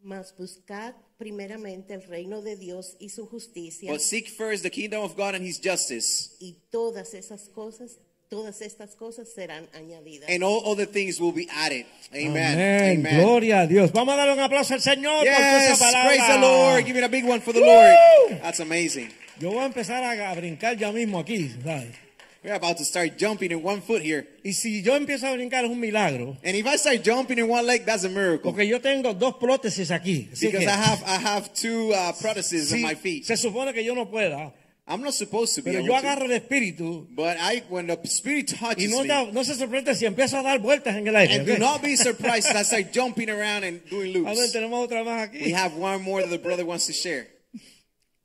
K: Mas buscad primeramente el reino de Dios y su justicia
C: But seek first the kingdom of God and His justice,
K: y todas esas cosas, todas estas cosas serán añadidas.
C: and all other things will be added. Amen.
B: Amén. Gloria a Dios. Vamos a darle un aplauso al Señor
C: Yes,
B: por esa palabra.
C: praise the Lord. Give it a big one for the
B: Woo!
C: Lord. That's amazing.
B: Yo voy a empezar a, a brincar ya mismo aquí, ¿sabes?
C: We're about to start jumping in one foot here.
B: Y si yo empiezo a brincar es un milagro,
C: And if I start jumping in one leg, that's a miracle.
B: porque yo tengo dos prótesis aquí. así
C: Because
B: que-
C: I have I have two uh, prótheses on
B: Sí,
C: my feet.
B: Se supone que yo no pueda,
C: I'm not supposed to be.
B: pero
C: able
B: yo
C: to.
B: agarro el espíritu
C: But I, when the spirit
B: y
C: touches
B: no,
C: me,
B: da- no se sorprende si empiezo a dar vueltas en el aire.
C: and do
B: ¿ok?
C: not be surprised as I start jumping around and doing
B: A ver,
C: loops.
B: tenemos otra más
C: We
B: aquí.
C: have one more that the brother wants to share.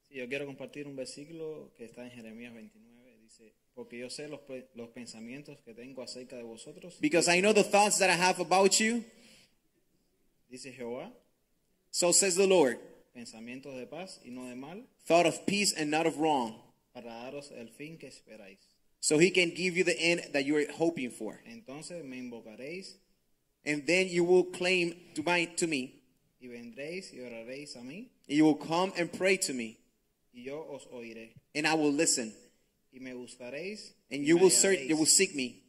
L: Sí, yo quiero compartir un versículo que está en Jeremías 29. Dice, porque yo sé los, pe- los pensamientos que tengo acerca de vosotros,
C: Because I know the thoughts that I have about you,
L: dice Jehová,
C: so says the Lord.
L: pensamientos de paz y no de mal,
C: Thought of peace and not of wrong.
L: para daros el fin que esperáis.
C: So he can give you the end that you are hoping for.
L: Entonces me invocaréis
C: And then you will claim to, my, to me.
L: y vendréis y oraréis a mí,
C: You will come and pray to me.
L: y yo os oiré,
C: And I will listen.
L: y me buscaréis,
C: And
L: y
C: you
L: me
C: will search, you
L: hallaréis,
C: will seek me.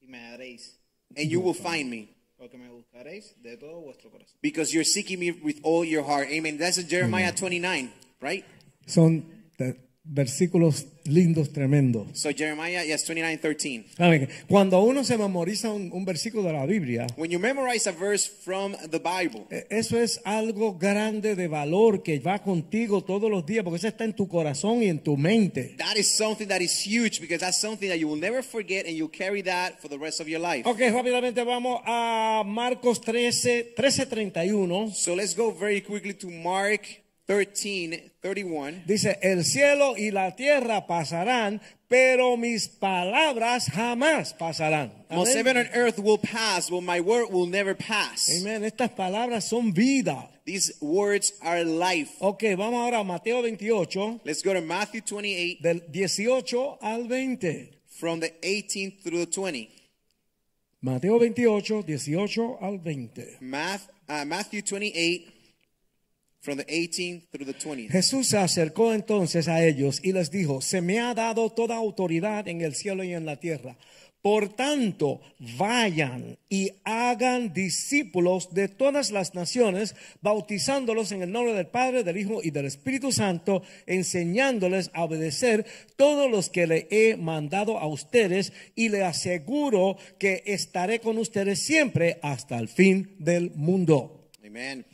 L: y me haréis,
C: And you will find me.
L: porque me buscaréis de todo vuestro corazón.
C: Because you're seeking me with all your heart. Amen. That's in Jeremiah 29, right?
B: Son te- versículos lindos, tremendos.
C: So Jeremiah, yes, 29, 13.
B: Saben, Cuando uno se memoriza un, un versículo de la Biblia,
C: When you memorize a verse from the Bible,
B: eh, eso es algo grande de valor que va contigo todos los días, porque eso está en tu corazón y en tu mente.
C: that is something that is huge because that's something that you will never forget and you'll carry that for the rest of your life.
B: Ok, rápidamente vamos a Marcos 13, 13.31.
C: So let's go very quickly to Mark 13, 31.
B: Dice, el cielo y la tierra pasarán, pero mis palabras jamás pasarán.
C: While
B: Amén.
C: heaven and earth will pass, but my word will never pass.
B: Amén. Estas palabras son vida.
C: These words are life.
B: Ok, vamos ahora a Mateo 28,
C: Let's go to Matthew 28
B: del 18 al 20.
C: from the 18th through the 20.
B: Mateo 28, 18 al 20.
C: Math, uh, Matthew 28 from the 18th through the 20th.
B: Jesús se acercó entonces a ellos y les dijo, se me ha dado toda autoridad en el cielo y en la tierra. Por tanto, vayan y hagan discípulos de todas las naciones, bautizándolos en el nombre del Padre, del Hijo y del Espíritu Santo, enseñándoles a obedecer todos los que le he mandado a ustedes y le aseguro que estaré con ustedes siempre hasta el fin del mundo.
C: Amen.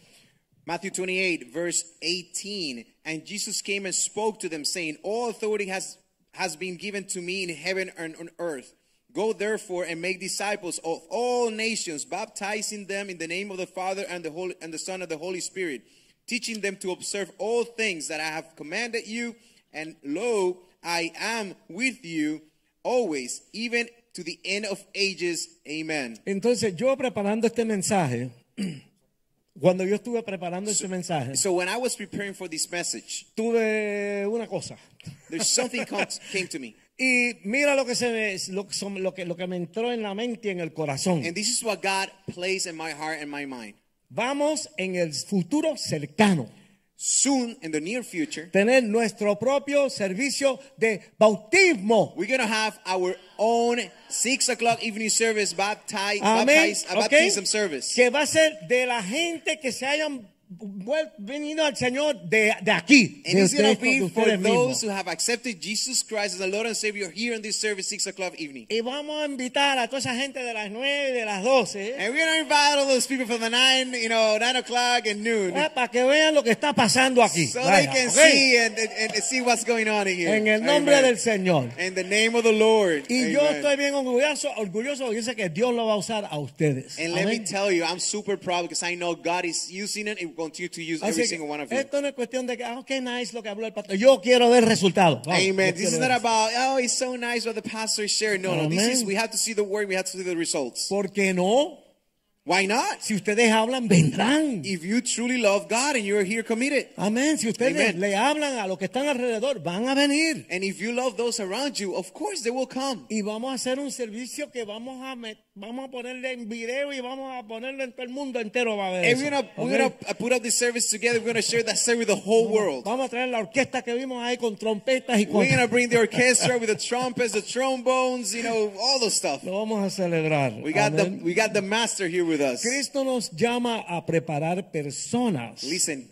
C: Matthew 28, verse 18. And Jesus came and spoke to them, saying, All authority has, has been given to me in heaven and on earth. Go therefore and make disciples of all nations, baptizing them in the name of the Father and the Holy and the Son and the Holy Spirit, teaching them to observe all things that I have commanded you. And lo, I am with you always, even to the end of ages. Amen.
B: Entonces yo preparando este mensaje, cuando yo estuve preparando este mensaje,
C: So when I was preparing for this message,
B: tuve una cosa.
C: there's something comes, came to me.
B: Y mira lo que, se me, lo, que son- lo que, lo que me entró en la mente y en el corazón.
C: And this is what God placed in my heart and my mind.
B: Vamos en el futuro cercano,
C: Soon, in the near future,
B: tener nuestro propio servicio de bautismo.
C: we're going to have our own 6 o'clock evening service, baptize,
B: Amén.
C: baptize, a
B: ¿ok?
C: baptism service.
B: Que va a ser de la gente que se hayan vuel- venido al Señor de, de aquí.
C: And
B: de
C: it's going
B: ustedes-
C: to be
B: de
C: for
B: ustedes mismos.
C: those who have accepted Jesus Christ as the Lord and Savior here in this service, 6 o'clock evening.
B: Y vamos a invitar a toda esa gente de las 9 y de las 12
C: And we're going to invite all those people from the 9, you know, 9 o'clock and noon.
B: eh, para que vean lo que está pasando aquí.
C: So they
B: Vaya,
C: can
B: ok.
C: see and, and, and see what's going on in here.
B: en el nombre
C: Amen.
B: del Señor.
C: In the name of the Lord.
B: Y yo
C: Amen.
B: estoy bien orgulloso, orgulloso porque dice que Dios lo va a usar a ustedes.
C: And let
B: Amén.
C: me tell you, I'm super proud because I know God is using it and will continue to use
B: Así
C: every
B: que
C: single one of you.
B: esto no es cuestión de que, ah, qué nice lo que habló el pastor. Yo quiero ver resultados. Vamos,
C: Amen.
B: yo
C: This is
B: quiero
C: not
B: ver.
C: about, oh, it's so nice what the pastor shared. No, no. This
B: Amen.
C: is, we have to see the work, we have to see the results.
B: ¿Por qué no?
C: Why not?
B: Si ustedes hablan, vendrán.
C: If you truly love God and you're here committed,
B: Amén. Si ustedes
C: Amen.
B: le hablan a los que están alrededor, van a venir.
C: and if you love those around you, of course they will come.
B: Y vamos a hacer un servicio que vamos a met- vamos a ponerle en video y vamos a ponerlo en todo el mundo entero va a ver.
C: And
B: eso,
C: we're gonna, we're
B: ¿ok?
C: gonna uh, put up this service together. We're gonna share that service with the whole world.
B: Vamos a traer la orquesta que vimos ahí con trompetas y
C: We're gonna
B: cosas.
C: bring the orchestra with the trumpets, the trombones, you know, all the stuff.
B: Lo vamos a celebrar.
C: We got the
B: Amén.
C: we got the master here with us.
B: Cristo nos llama a preparar personas
C: Listen,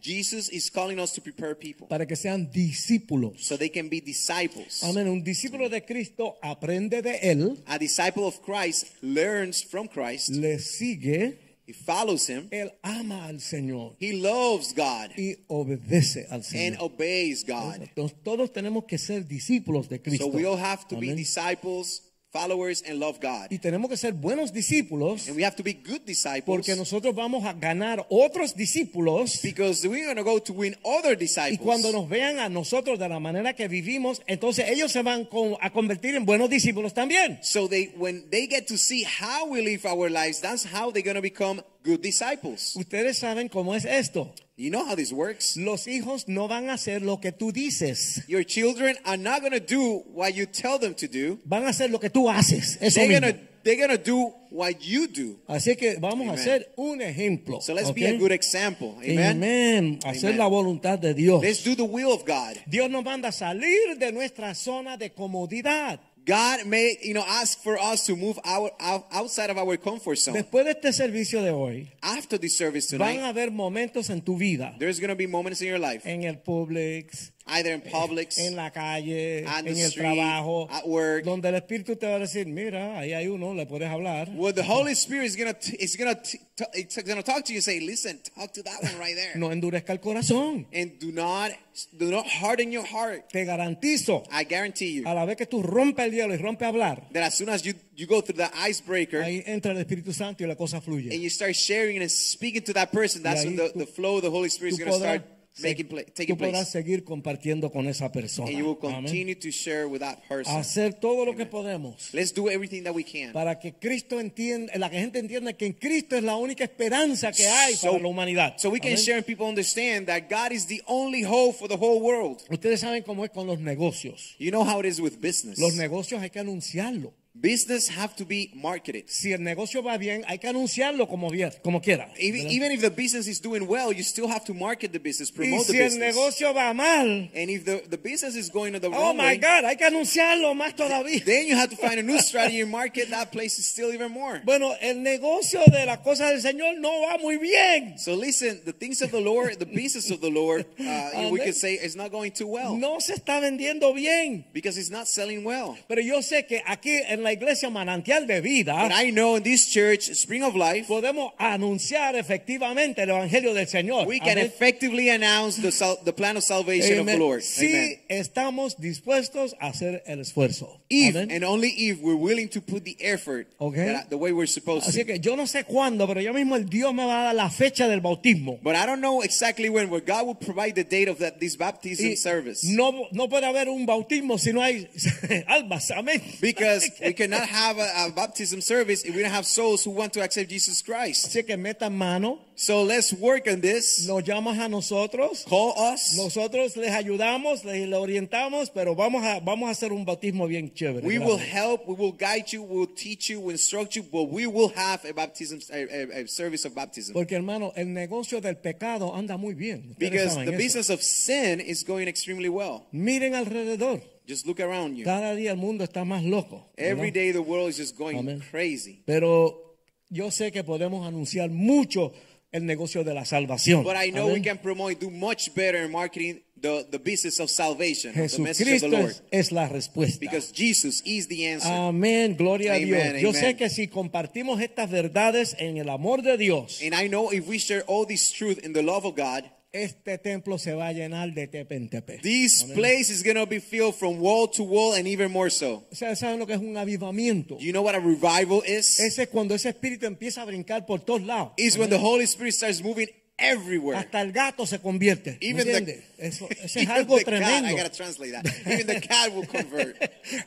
C: Jesus is calling us to prepare people
B: para que sean discípulos.
C: so they can be disciples.
B: Amén. Un discípulo de Cristo aprende de él,
C: A disciple of Christ learns from Christ.
B: le sigue,
C: He follows him.
B: él ama al Señor
C: He loves God
B: y obedece al
C: and
B: Señor.
C: obeys God.
B: Entonces, todos tenemos que ser discípulos de Cristo.
C: So we all have to be
B: Amén.
C: disciples, followers, and love God.
B: Y tenemos que ser buenos discípulos
C: And we have to be good disciples
B: porque nosotros vamos a ganar otros discípulos.
C: because we're going to go to win other
B: Y cuando
C: disciples.
B: nos vean a nosotros de la manera que vivimos, entonces ellos se van con- a convertir en buenos discípulos también.
C: So they when they get to see how we live our lives, that's how they're going to become good disciples.
B: Ustedes saben cómo es esto.
C: You know how this works.
B: Los hijos no van a hacer lo que tú dices,
C: Your children are not going to do what you tell them to do.
B: van a hacer lo que tú haces. Eso
C: They're going
B: mismo.
C: to they're going to do what you do.
B: Así que vamos
C: Amen.
B: a hacer un ejemplo.
C: So let's
B: ¿ok?
C: be a good example. Amen.
B: Amén. Hacer
C: Amen.
B: la voluntad de Dios.
C: Let's do the will of God.
B: Dios nos manda a salir de nuestra zona de comodidad.
C: God may, you know, ask for us to move our, out outside of our comfort zone.
B: Después de este servicio de hoy,
C: After this service
B: van a
C: tonight,
B: haber momentos en tu vida,
C: there's going to be moments in your life,
B: en el Publix,
C: either in Publix,
B: en la calle,
C: on
B: en
C: the
B: el
C: street,
B: trabajo,
C: at work.
B: donde el espíritu te va a decir, mira, ahí hay uno, le puedes hablar.
C: where the Holy Spirit is going to is going to it's going to talk to you and say, "Listen, talk to that one right there."
B: No endurezca el corazón.
C: And do not do not harden your heart.
B: Te garantizo,
C: I guarantee you
B: a la vez que tú rompes el hielo y rompes hablar,
C: that as soon as you you go through the icebreaker
B: ahí entra el Espíritu Santo y la cosa fluye.
C: and you start sharing and speaking to that person, that's
B: Y
C: when
B: ahí
C: the,
B: tú-
C: the flow of the Holy Spirit
B: Tú
C: is going to
B: podrás
C: start making pla- taking
B: tú
C: place.
B: podrás seguir compartiendo con esa persona.
C: And you will
B: Amén.
C: continue to share with that person.
B: Hacer todo lo que podemos
C: Let's do everything that we can.
B: para que Cristo entienda, la gente entienda que en Cristo es la única esperanza que hay para la humanidad.
C: So we can
B: Amén.
C: share and people understand that God is the only hope for the whole world.
B: Ustedes saben cómo es con los negocios.
C: You know how it is with business.
B: Los negocios hay que anunciarlo.
C: Business have to be marketed.
B: Si el negocio va bien, hay que anunciarlo como, bien, como quiera.
C: Even,
B: ¿verdad?
C: even if the business is doing well, you still have to market the business,
B: y
C: promote
B: si
C: the
B: el
C: business.
B: negocio va mal,
C: And if the, the business is going to the
B: oh
C: wrong
B: my
C: way,
B: God, hay que anunciarlo más todavía.
C: then you have to find a new strategy and market that place is still even more.
B: Bueno, el negocio de las cosas del Señor no va muy bien.
C: So listen, the things of the Lord, the business of the Lord, uh, we
B: Amen.
C: could say it's not going too well
B: No se está vendiendo bien.
C: because it's not selling well.
B: Pero yo sé que aquí en la iglesia Manantial de Vida
C: But I know in this church, Spring of Life,
B: podemos anunciar efectivamente el Evangelio del Señor.
C: we can
B: Amén.
C: effectively announce the, sal- the plan of salvation of
B: Amen.
C: the Lord.
B: Si
C: Amen.
B: estamos dispuestos a hacer el esfuerzo.
C: If
B: Amén.
C: and only if we're willing to put the effort
B: Okay.
C: that- the way we're supposed
B: Así
C: to.
B: que yo no sé cuándo, pero yo mismo el Dios me va a dar la fecha del bautismo.
C: But I don't know exactly when, but God will provide the date of that this baptism
B: Y
C: service.
B: No, no puede haber un bautismo si no hay almas. Amén.
C: Because we cannot have a, a baptism service if we don't have souls who want to accept Jesus Christ.
B: Así que metan mano,
C: So let's work on this.
B: nos llamas a nosotros.
C: Call us.
B: Nosotros les ayudamos, les, les orientamos, pero vamos a, vamos a hacer un bautismo bien chévere.
C: We
B: grande.
C: will help, we will guide you, we'll teach you, we'll instruct you, but we will have a baptism, a, a- a service of baptism.
B: Porque hermano, el negocio del pecado anda muy bien. Ustedes
C: Because
B: saben
C: the
B: eso.
C: business of sin is going extremely well.
B: Miren alrededor.
C: Just look around you.
B: Cada día el mundo está más loco. ¿verdad?
C: Every day the world is just going
B: Amen.
C: crazy.
B: Pero yo sé que podemos anunciar mucho el negocio de la salvación.
C: But I know
B: Amén.
C: we can promote, do much better in marketing the, the business of salvation, of the message of the
B: Jesucristo
C: Lord.
B: es, es la respuesta.
C: Because Jesus is the answer.
B: Amén, gloria a
C: Amen,
B: Dios. Yo
C: amen.
B: sé que si compartimos estas verdades en el amor de Dios,
C: And I know if we share all this truth in the love of God,
B: este templo se va a llenar de tepe en tepe.
C: this place is going to be filled from wall to wall and even more so.
B: Ustedes saben lo que es un avivamiento.
C: You know what a revival is?
B: Ese es cuando ese espíritu empieza a brincar por todos lados.
C: is when the Holy Spirit starts moving everywhere.
B: Hasta el gato se convierte. ¿me
C: Even the-
B: entiendes? Eso, eso es
C: Even
B: algo
C: the cat, I
B: tremendo.
C: gotta translate that. Even the cat will convert.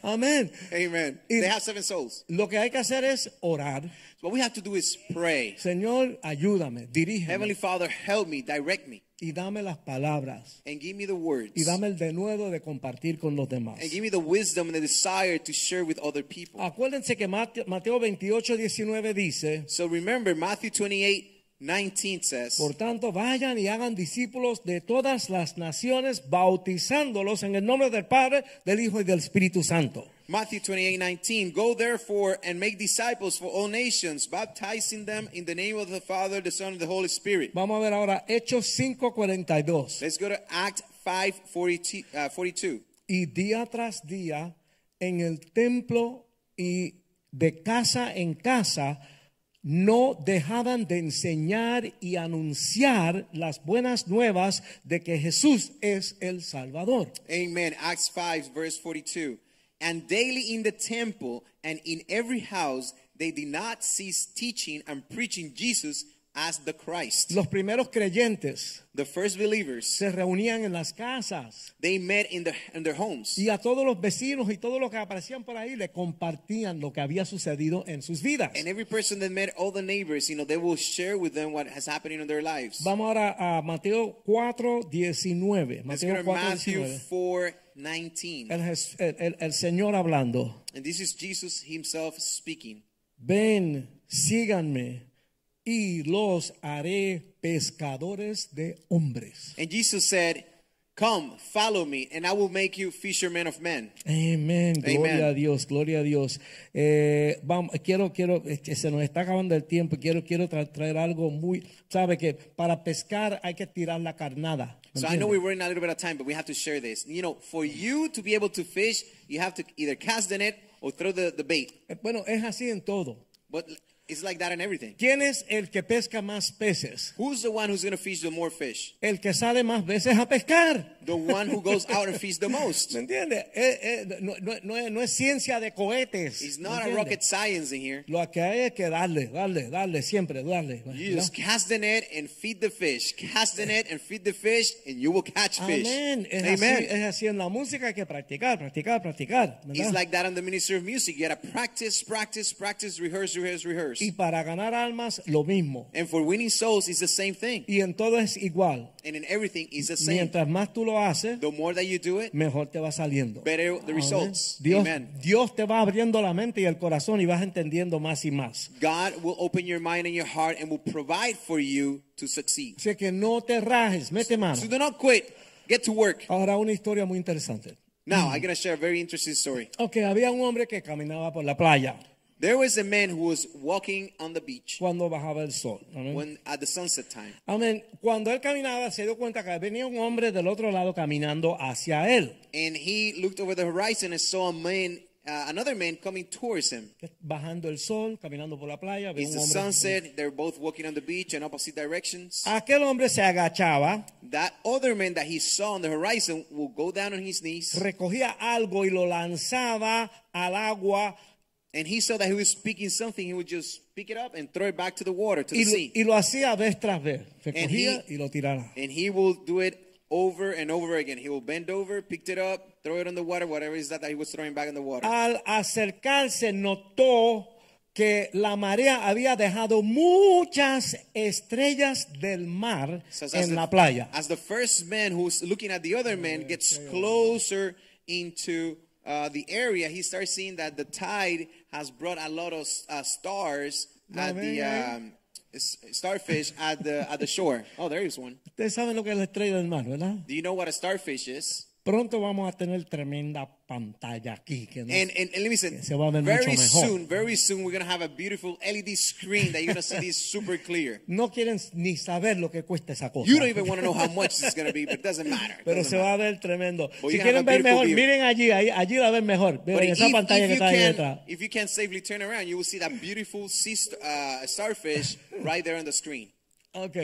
B: Amén.
C: Amen.
B: Y-
C: They have seven souls.
B: Lo que hay que hacer es orar.
C: What we have to do is pray.
B: Señor, ayúdame, dirígeme
C: Heavenly Father, help me, direct me,
B: y dame las palabras
C: and give me the words.
B: y dame el denuedo de compartir con los demás.
C: And give me the wisdom and the desire to share with other people.
B: Acuérdense que Mate- Mateo 28, 19 dice,
C: So remember, Matthew 28, 19 says,
B: por tanto, vayan y hagan discípulos de todas las naciones, bautizándolos en el nombre del Padre, del Hijo y del Espíritu Santo.
C: Matthew 28, 19, Go therefore and make disciples for all nations, baptizing them in the name of the Father, the Son, and the Holy Spirit.
B: Vamos a ver ahora Hechos 5, 42.
C: Let's go to Act 5, 42. Uh, 42.
B: Y día tras día, en el templo y de casa en casa, no dejaban de enseñar y anunciar las buenas nuevas de que Jesús es el Salvador.
C: Amen. Acts 5, verse 42. And daily in the temple and in every house, they did not cease teaching and preaching Jesus as the Christ.
B: Los primeros creyentes
C: The first believers,
B: se reunían en las casas
C: they met in, the, in their homes.
B: y a todos los vecinos y todos los que aparecían por ahí le compartían lo que había sucedido en sus vidas.
C: And every person that met all the neighbors, you know, they will share with them what has happened in their lives.
B: Vamos ahora a Mateo 4:19.
C: Let's go
B: Mateo
C: to Matthew
B: 4:19.
C: 4, 19.
B: El Jes- el- el- el Señor hablando.
C: And this is Jesus himself speaking.
B: Ven, síganme y los haré pescadores de hombres.
C: And Jesus said, Come, follow me, and I will make you fishermen of men.
B: Amén, gloria
C: Amen.
B: a Dios, gloria a Dios. Eh, vamos, quiero, quiero, es que se nos está acabando el tiempo, quiero, quiero tra- traer algo muy, sabe que para pescar hay que tirar la carnada. ¿me
C: So I know we're
B: entiende?
C: running a little bit of time, but we have to share this. You know, for you to be able to fish, you have to either cast the net or throw the, the bait.
B: Eh, Bueno, es así en todo.
C: But It's like that in everything.
B: ¿Quién es el que pesca más peces?
C: Who's the one who's going to fish the more fish?
B: El que sale más veces a pescar.
C: The one who goes out and fishes the most.
B: ¿Me entiende? Eh, eh, no, no- no es, no es ciencia de cohetes.
C: It's
B: ¿me
C: not a
B: entiende?
C: rocket science in here.
B: Lo que hay es que darle, darle, darle, siempre darle.
C: You
B: ¿no?
C: just cast the net and feed the fish. Cast the net and feed the fish, and you will catch fish.
B: Amén. Es, Así,
C: Amen.
B: es así en la música hay que practicar, practicar, practicar. ¿verdad?
C: It's like that on the ministry of music. You gotta practice, practice, practice, rehearse, rehearse, rehearse.
B: y para ganar almas, lo mismo.
C: And for winning souls, it's the same thing.
B: Y en todo es igual.
C: And in everything, it's the same.
B: Mientras más tú lo haces,
C: The more that you do it,
B: mejor te va saliendo.
C: better the results.
B: Dios,
C: Amen.
B: Dios te va abriendo la mente y el corazón y vas entendiendo más y más.
C: God will open your mind and your heart and will provide for you to succeed.
B: Así que no te rajes, mete mano.
C: So do not quit. Get to work.
B: Ahora una historia muy interesante.
C: Now, I'm going to share a very interesting story.
B: Ok, había un hombre que caminaba por la playa
C: There was a man who was walking on the beach
B: cuando bajaba el sol. Amén.
C: when at the sunset time.
B: Amén. Cuando él caminaba se dio cuenta que venía un hombre del otro lado caminando hacia él.
C: And he looked over the horizon and saw a man, uh, another man coming towards him.
B: Bajando el sol, caminando por la playa. había
C: It's
B: un
C: the
B: hombre-
C: sunset. They're both walking on the beach in opposite directions.
B: Aquel hombre se agachaba,
C: That other man that he saw on the horizon will go down on his knees.
B: recogía algo y lo lanzaba al agua
C: And he saw that he was speaking something. He would just pick it up and throw it back to the water, to the
B: y lo,
C: sea.
B: y lo hacía vez tras vez. Recogía
C: he-
B: y lo tiraba.
C: And he will do it over and over again. He will bend over, picked it up, throw it on the water, whatever it is that, that he was throwing back in the water.
B: Al acercarse notó que la marea había dejado muchas estrellas del mar
C: So as
B: en
C: the-
B: la playa.
C: As the first man who's looking at the other man gets closer into uh, the area, he starts seeing that the tide has brought a lot of uh, stars at the
B: ven,
C: um, s- starfish at the at the shore. Oh, there is one.
B: Ustedes saben lo que es la estrella del mar, ¿verdad?
C: Do you know what a starfish is?
B: Pronto vamos a tener tremenda pantalla aquí. Que no-
C: And, and, and let me say,
B: Se va a ver
C: very
B: mucho mejor.
C: soon, very soon, we're going to have a beautiful LED screen that you're going to see this super clear.
B: no quieren ni saber lo que cuesta esa cosa.
C: You don't even want to know how much it's going to be, but it doesn't matter. It
B: Pero
C: doesn't
B: se va a ver tremendo.
C: Well,
B: si
C: you
B: quieren
C: have a
B: ver
C: beautiful
B: mejor,
C: view.
B: miren allí, ahí- allí la ven mejor.
C: But
B: Miren esa
C: if-
B: pantalla
C: if
B: que
C: you
B: está ahí
C: can-
B: detrás.
C: If you can safely turn around, you will see that beautiful sea st- uh, starfish right there on the screen.
B: Ok.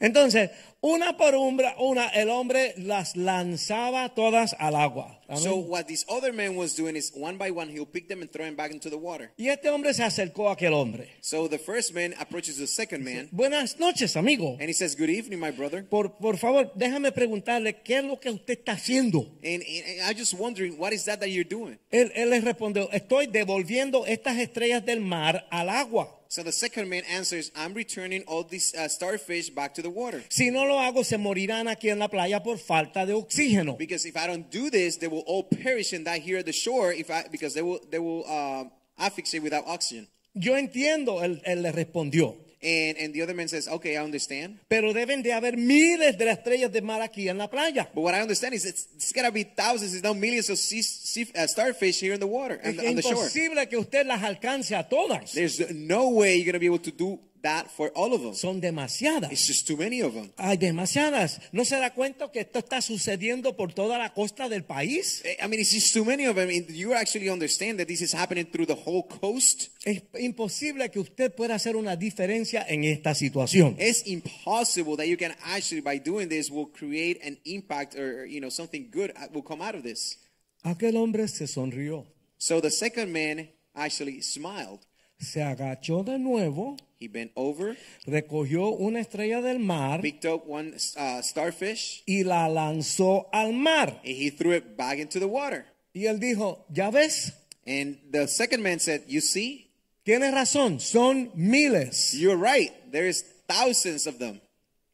B: Entonces, una por una, una, el hombre las lanzaba todas al agua. Amén.
C: So what this other man was doing is one by one he'll pick them and throw them back into the water.
B: y este hombre se acercó a aquel hombre.
C: So the first man approaches the second man
B: Buenas noches, amigo.
C: and he says, "Good evening, my brother."
B: Por, por favor, déjame preguntarle qué es lo que usted está haciendo.
C: And, and, and I'm just wondering, what is that that you're doing?
B: Él, él le respondió, estoy devolviendo estas estrellas del mar al agua.
C: So the second man answers, "I'm returning all these uh, starfish back to the water
B: Si no lo hago, se morirán aquí en la playa por falta de oxígeno.
C: because if I don't do this, they will all perish and die here at the shore. If I because they will they will um, asphyxiate without oxygen."
B: Yo entiendo, él, él le respondió.
C: And and the other man says, "Okay, I understand."
B: Pero deben de haber miles de estrellas de mar aquí en la playa.
C: But what I understand is it's, it's gotta be thousands, if not millions of sea, sea, uh, starfish here in the water
B: Es
C: and on the shore.
B: imposible que usted las alcance a todas.
C: There's no way you're gonna be able to do that for all of them.
B: Son demasiadas.
C: It's just too many of them.
B: Hay demasiadas. ¿No se da cuenta que esto está sucediendo por toda la costa del país?
C: Eh, I- I mean, it's just too many of them. And you actually understand that this is happening through the whole coast.
B: Es imposible que usted pueda hacer una diferencia en esta situación.
C: It's impossible that you can actually, by doing this, will create an impact or you know something good uh, will come out of this.
B: Aquel hombre se sonrió,
C: So the second man actually smiled.
B: se agachó de nuevo,
C: He bent over,
B: recogió una estrella del mar
C: picked up one uh, starfish,
B: y la lanzó al mar.
C: and he threw it back into the water.
B: Y él dijo, ya ves,
C: And the second man said, You see,
B: tienes razón, son miles.
C: you're right. There's thousands of them.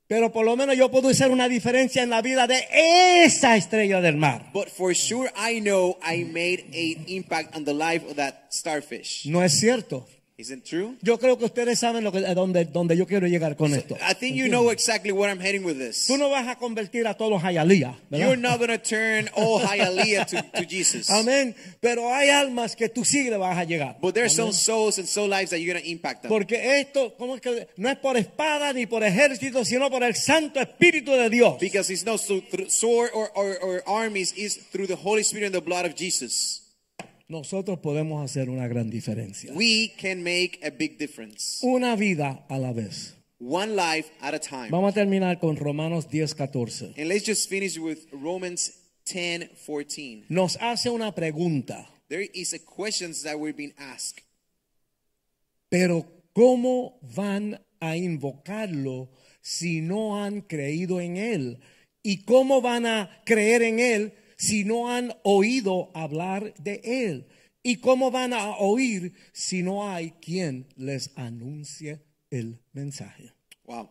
B: Pero por lo menos yo puedo hacer una diferencia en la vida de esa estrella del mar.
C: But for sure, I know I made an impact on the life of that starfish.
B: No es cierto.
C: Isn't it true?
B: Yo creo que ustedes saben lo que, a dónde, dónde yo quiero llegar con esto.
C: I think you know exactly where I'm heading with this.
B: Tú no vas a convertir a todos a Hialeah,
C: You're
B: ¿verdad?
C: not going to turn all Hialeah to, to Jesus.
B: Amén. Pero hay almas que tú sí le vas a llegar.
C: But there's some souls and soul lives that you're going to impact them.
B: Porque esto, ¿cómo es que? No es por espada ni por ejército, sino por el Santo Espíritu de Dios.
C: Because it's not so through sword or, or, or armies, it's through the Holy Spirit and the blood of Jesus.
B: nosotros podemos hacer una gran diferencia.
C: We can make a big difference.
B: Una vida a la vez.
C: One life at a time.
B: Vamos a terminar con Romanos 10:14.
C: And let's just finish with Romans 10 14.
B: Nos hace una pregunta,
C: There is a question that we've been asked.
B: pero ¿cómo van a invocarlo si no han creído en él? ¿Y cómo van a creer en él si no han oído hablar de él? ¿Y cómo van a oír si no hay quien les anuncie el mensaje?
C: Wow.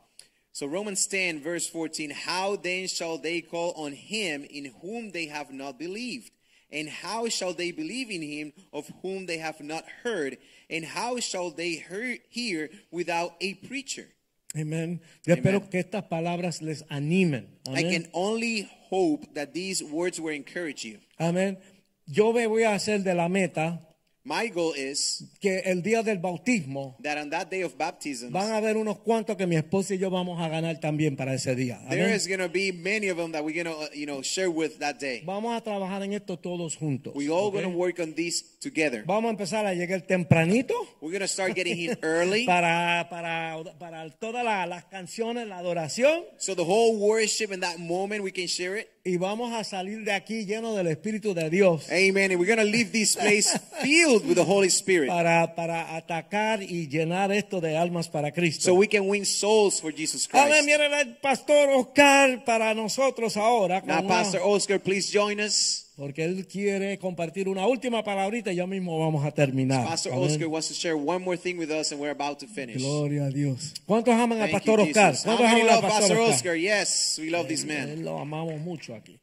C: So Romans 10 verse 14, how then shall they call on him in whom they have not believed? And how shall they believe in him of whom they have not heard? And how shall they hear, hear without a preacher?
B: Amén. Yo espero que estas palabras les animen.
C: I
B: Amén.
C: can only hope that these words will encourage you.
B: Amén. Yo me voy a hacer de la meta
C: My goal is
B: que el día del bautismo
C: that on that day of baptism,
B: van a haber unos cuantos que mi esposa y yo vamos a ganar también para ese día. Amén.
C: there is going to be many of them that we're going to, uh, you know, share with that day.
B: Vamos a trabajar en esto todos juntos.
C: We all
B: ¿ok?
C: going to work on these together.
B: Vamos a empezar a llegar tempranito
C: We're going to start getting here early.
B: para, para, para todas la- las canciones, la adoración.
C: So the whole worship in that moment, we can share it.
B: Y vamos a salir de aquí llenos del Espíritu de Dios
C: Amen. And we're going to leave this place filled with the Holy Spirit
B: para, para atacar y llenar esto de almas para Cristo.
C: so we can win souls for Jesus
B: Amén.
C: Christ.
B: Viene el pastor Oscar para nosotros ahora. con
C: Now,
B: una-
C: Pastor Oscar, please join us.
B: Porque él quiere compartir una última palabrita y ya mismo vamos a terminar.
C: Pastor
B: Amén.
C: Oscar wants to share one more thing with us, and we're about to finish.
B: Gloria a Dios. ¿Cuántos aman al
C: Thank
B: pastor
C: you,
B: Oscar?
C: Jesus. How
B: ¿Cuántos
C: many
B: aman al
C: love
B: pastor
C: Pastor
B: Oscar?
C: Oscar? Yes, we love this man.
B: Él lo amamos mucho aquí.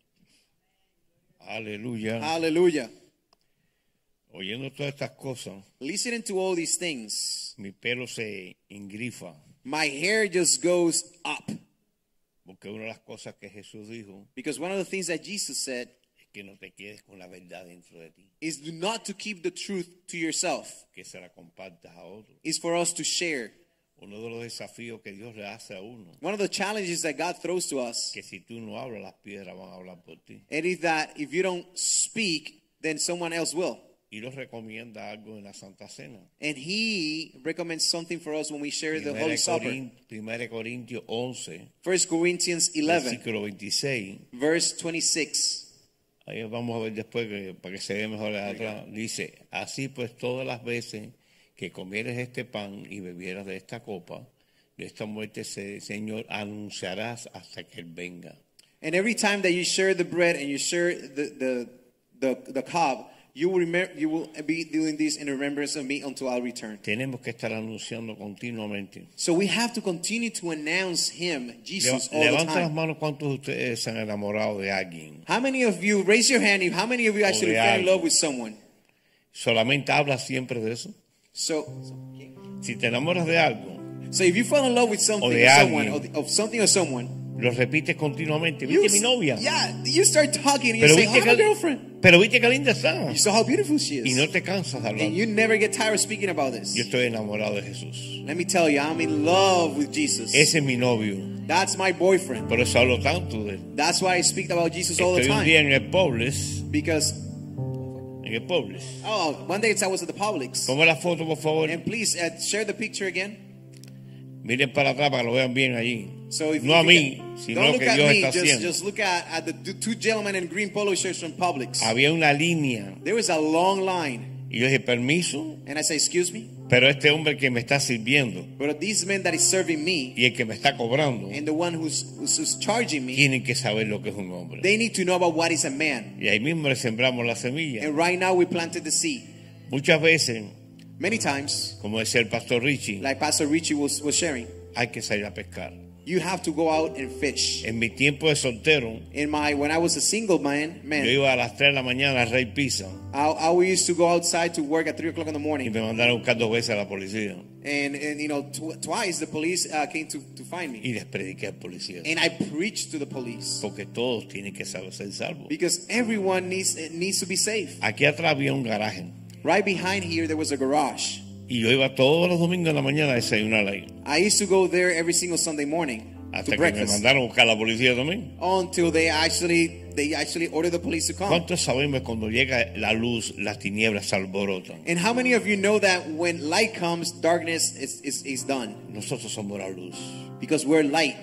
K: Aleluya.
C: Hallelujah.
K: Oyendo todas estas cosas,
C: Listening to all these things,
K: mi pelo se ingrifa.
C: my hair just goes up
K: Porque una de las cosas que Jesús dijo
C: because one of the things that Jesus said
K: es que no te quedes con la verdad dentro de ti,
C: is do not to keep the truth to yourself.
K: que se la compartas a otro.
C: Is for us to share.
K: Uno de los desafíos que Dios le hace a uno,
C: One of the challenges that God throws to us
K: que si tú no hablas, las piedras van a hablar por ti.
C: it is that if you don't speak, then someone else will.
K: Y los recomienda algo en la Santa Cena.
C: And He recommends something for us when we share the
K: Primera
C: Holy
K: de
C: Supper.
K: Corin- Primera de Corintios 11,
C: First Corinthians 11,
K: versículo 26.
C: verse 26.
K: Ahí vamos a ver después que- para que se vea mejor la atrás. Dice, así pues todas las veces que comieres este pan y bebieras de esta copa, de esta muerte, se- Señor, anunciarás hasta que Él venga.
C: And every time that you share the bread and you share the the the, the cob, you will remember you will be doing this in remembrance of me until I return.
K: Tenemos que estar anunciando continuamente.
C: So we have to continue to announce Him, Jesus,
K: Leva-
C: all the
K: Levanta las
C: time.
K: manos cuántos de ustedes se han enamorado de alguien.
C: How many of you raise your hand? If how many of you actually
K: de
C: fell in
K: algo.
C: love with someone?
K: Solamente habla siempre de eso.
C: So,
K: Si te enamoras de algo,
C: so if you fall in love with something,
K: de
C: or someone,
K: alguien.
C: or the- of something, or someone,
K: lo repites continuamente.
C: you,
K: ¿Viste mi novia?
C: yeah, you start talking. And you
K: Pero
C: say,
K: viste,
C: "I'm a
K: que,
C: girlfriend."
K: pero viste que linda está.
C: You saw how beautiful she
K: Y
C: is,
K: no te cansas de hablar.
C: and you never get tired of speaking about this.
K: Yo estoy enamorado de Jesús.
C: Let me tell you, I'm in love with Jesus.
K: Ese es mi novio.
C: That's my boyfriend.
K: Por eso hablo tanto de él.
C: That's why I speak about Jesus all the
K: Estoy un
C: time.
K: día en el Pobles,
C: Because
K: en el Pobles.
C: oh, one day it's I was at the Publix,
K: Toma la foto, por favor.
C: and please uh, share the picture again.
K: Miren para atrás para que lo vean bien allí.
C: So if
K: No a
C: you
K: mí,
C: can-
K: sino
C: don't
K: lo
C: look
K: que
C: at
K: Dios
C: me.
K: está
C: Just,
K: haciendo.
C: just look at, at the d- two gentlemen in green polo shirts from Publix.
K: Había una línea
C: There was a long line,
K: y yo dije, permiso,
C: and I say, "Excuse me,"
K: pero este hombre que me está sirviendo
C: but this man that is serving me
K: y el que me está cobrando
C: and the one who's, who's who's charging me,
K: tienen que saber lo que es un hombre.
C: they need to know about what is a man.
K: Y ahí mismo le sembramos la semilla.
C: And right now we planted the seed.
K: Muchas veces,
C: Many times,
K: como decía el pastor Richie,
C: like Pastor Richie was, was sharing,
K: hay que salir a pescar.
C: you have to go out and fish.
K: En mi tiempo de pues soltero,
C: In my when I was a single man, man,
K: yo iba a las 3 de la mañana a Rey Pisa
C: I, I used to go outside to work at three o'clock in the
K: y
C: morning,
K: me mandaron a buscar dos veces a la policía.
C: and and you know tw- twice the police uh, came to, to find me,
K: y les prediqué al policía.
C: and I preached to the police
K: Porque todos tienen que saber ser salvos.
C: because everyone needs eh, needs to be safe.
K: Aquí atrás había un garaje
C: Right behind here there was a garage.
K: y yo iba todos los domingos en la mañana a desayunar ahí.
C: I used to go there every single Sunday morning. to
K: Ah,
L: Hasta que me
C: breakfast
L: mandaron a buscar a la policía también.
C: until they actually they actually order the police to come.
L: ¿Cuántos sabemos cuando llega la luz, las tinieblas se alborotan?
C: And how many of you know that when light comes, darkness is, is, is done?
L: Nosotros somos la luz.
C: Because we're light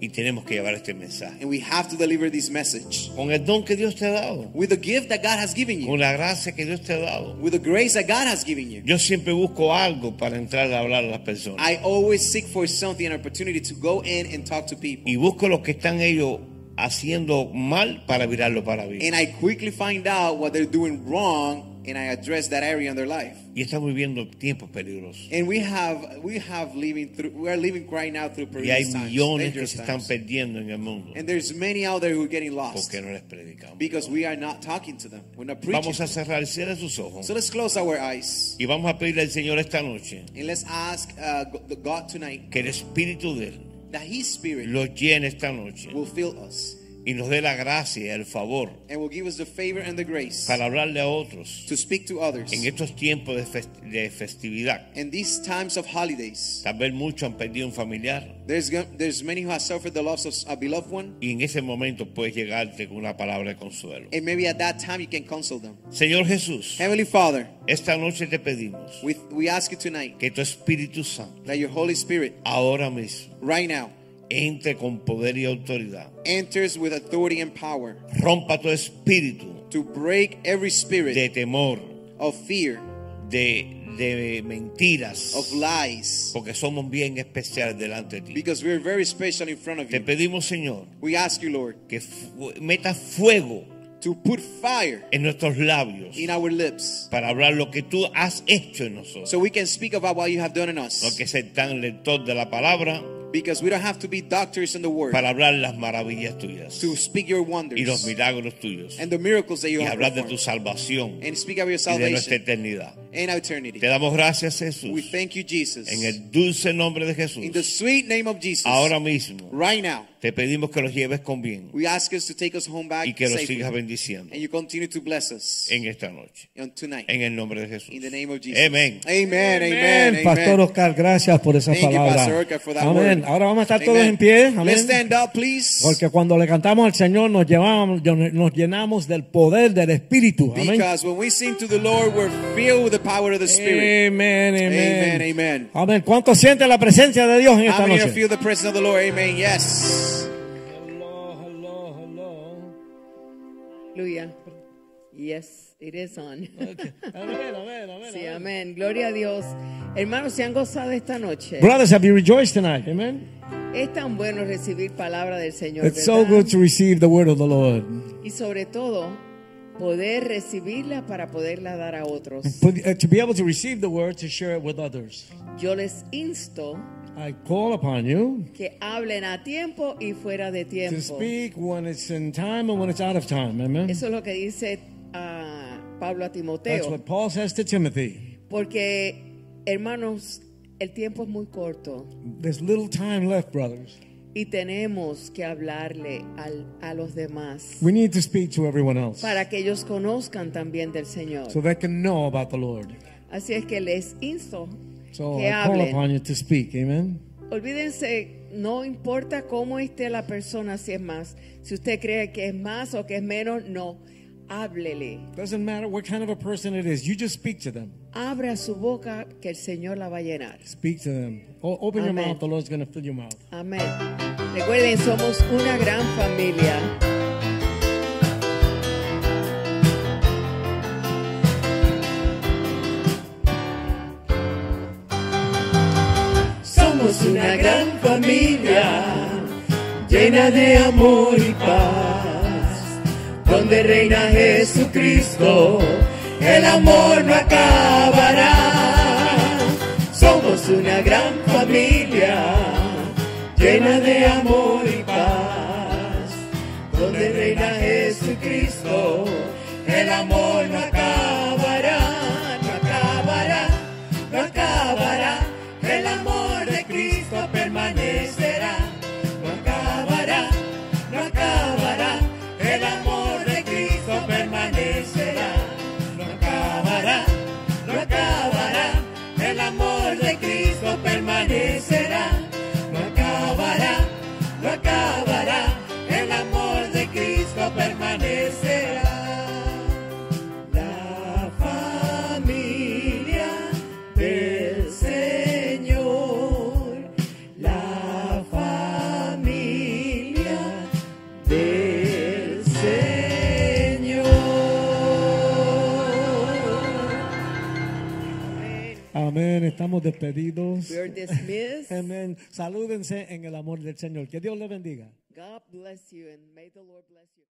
L: Y tenemos que llevar este mensaje.
C: and we have to deliver this message.
L: Con el don que Dios te ha dado,
C: With the gift that God has given you,
L: con la gracia que Dios te ha dado.
C: with the grace that God has given you.
L: Yo siempre busco algo para entrar a hablar a las personas.
C: I always seek for something, an opportunity to go in and talk to people.
L: Y busco lo que están ellos haciendo mal para virarlo para bien.
C: And I quickly find out what they're doing wrong and I address that area in their life.
L: Y estamos viviendo tiempos peligrosos.
C: And we have we have living through we are living right now through
L: Y hay
C: perilous times,
L: millones que
C: dangerous
L: se están
C: times.
L: perdiendo en el mundo
C: And there's many out there who are getting lost
L: porque no les predicamos.
C: because we are not talking to them. We're not preaching.
L: Vamos a cerrar, cierra sus ojos.
C: So let's close our eyes
L: Y vamos a pedirle al Señor esta noche
C: and let's ask uh, G- the God tonight
L: que el Espíritu de Él
C: that His Spirit
L: los llene esta noche
C: will fill us
L: y nos dé la gracia, el favor
C: and will give us the favor and the grace
L: para hablarle a otros
C: to speak to others.
L: en estos tiempos de, fest- de festividad.
C: In these times of holidays,
L: Tal vez muchos han perdido un familiar
C: there's go- there's many who have suffered the loss of a beloved one,
L: y en ese momento puedes llegarte con una palabra de consuelo.
C: and maybe at that time you can console them.
L: Señor Jesús,
C: Heavenly Father,
L: esta noche te pedimos
C: we we ask you tonight
L: que tu Espíritu Santo
C: that Your Holy Spirit
L: ahora mismo
C: right now
L: entre con poder y autoridad.
C: enters with authority and power
L: Rompa tu espíritu
C: to break every
L: de
C: spirit
L: temor,
C: of fear,
L: de, de mentiras,
C: of lies,
L: porque somos bien especiales delante de ti.
C: because we're very special in front of
L: Te
C: you.
L: pedimos, Señor,
C: We ask you, Lord,
L: que fu- metas fuego
C: to put fire
L: en nuestros labios
C: in our lips
L: para hablar lo que tú has hecho en nosotros.
C: so we can speak about what you have done in
L: No
C: us
L: que ser tan lector de la palabra
C: because we don't have to be doctors in the word
L: para hablar las maravillas tuyas
C: to speak your
L: y los
C: wonders
L: milagros tuyos
C: and the miracles that you
L: y
C: have
L: hablar de tu
C: performed.
L: salvación
C: and speak of your
L: y de nuestra
C: salvation
L: eternidad.
C: and
L: Te
C: eternity.
L: damos gracias,
C: We
L: Jesús.
C: thank you, Jesus.
L: En el dulce nombre de Jesús.
C: In the sweet name of Jesus,
L: Ahora mismo
C: right now,
L: te pedimos que los lleves con bien
C: we ask us to take us home back
L: y que los
C: safely.
L: sigas bendiciendo
C: and you continue to bless us
L: en esta noche.
C: on tonight.
L: En el nombre de Jesús.
C: in the name of Jesus.
L: Amén.
C: Amen. Amen.
B: Amén,
C: amen.
B: Pastor Oscar, gracias por esa
C: Thank you,
B: palabra.
C: Pastor Orca, for that
B: Amén.
C: word.
B: Ahora vamos a estar todos
C: Amen.
B: en pie. Amén.
C: Let's stand up, please.
B: Porque cuando le cantamos al Señor nos, llevamos, nos llenamos del poder del Espíritu. Amén.
C: Because when we sing to the Lord, we're filled with the power of the Spirit.
B: Amén,
C: Amen.
B: amén.
C: Amen.
B: Amén. ¿Cuántos sienten la presencia de Dios
C: How
B: en esta
C: many of
B: noche?
C: you feel the presence of the Lord? Amen. Yes.
J: Hallelujah. Yes, it is on.
B: Amén, amén, amén,
J: Sí,
B: amén.
J: amén. Gloria a Dios. Hermanos, se han gozado esta noche.
B: Brothers, have you rejoiced tonight? Amen.
J: Es tan bueno recibir palabra del Señor.
B: It's so
J: ¿verdad?
B: good to receive the word of the Lord.
J: Y sobre todo, poder recibirla para poderla dar a otros.
B: But, uh, to be able to receive the word, to share it with others.
J: Yo les insto
B: I call upon you
J: que hablen a tiempo y fuera de
B: to
J: tiempo.
B: speak when it's in time and when it's out of time. Amen.
J: Eso es lo que dice ah, Pablo a
B: That's
J: Timoteo.
B: what Paul says to Timothy.
J: Porque, hermanos, el tiempo es muy corto.
B: There's little time left, brothers.
J: y tenemos que hablarle al- a los demás
B: We need to speak to everyone else
J: para que ellos conozcan también del Señor.
B: so they can know about the Lord.
J: Así es que les insto
B: So
J: que
B: I call
J: hablen.
B: upon you to speak. Amen.
J: Olvídense, no importa cómo esté la persona, si es más, si usted cree que es más o que es menos, no, háblele.
B: Doesn't matter what kind of a person it is, you just speak to them.
J: Abra su boca que el Señor la va a llenar.
B: Speak to them. O- open your
J: Amen.
B: mouth, the Lord's going to fill your mouth.
J: Amén. Recuerden, somos una gran familia.
K: Somos una gran familia llena de amor y paz, donde reina Jesucristo, el amor no acabará. Somos una gran familia llena de amor y paz, donde reina Jesucristo, el amor no acabará, no acabará, no acabará. El amor de Cristo permanecerá, no acabará, no acabará. El amor de Cristo permanecerá, no acabará, no acabará. El amor de Cristo permanecerá, no acabará, no
B: Amén. Estamos despedidos.
L: We're dismissed.
B: Amén. Salúdense en el amor del Señor. Que Dios les bendiga.
L: God bless you and may the Lord bless you.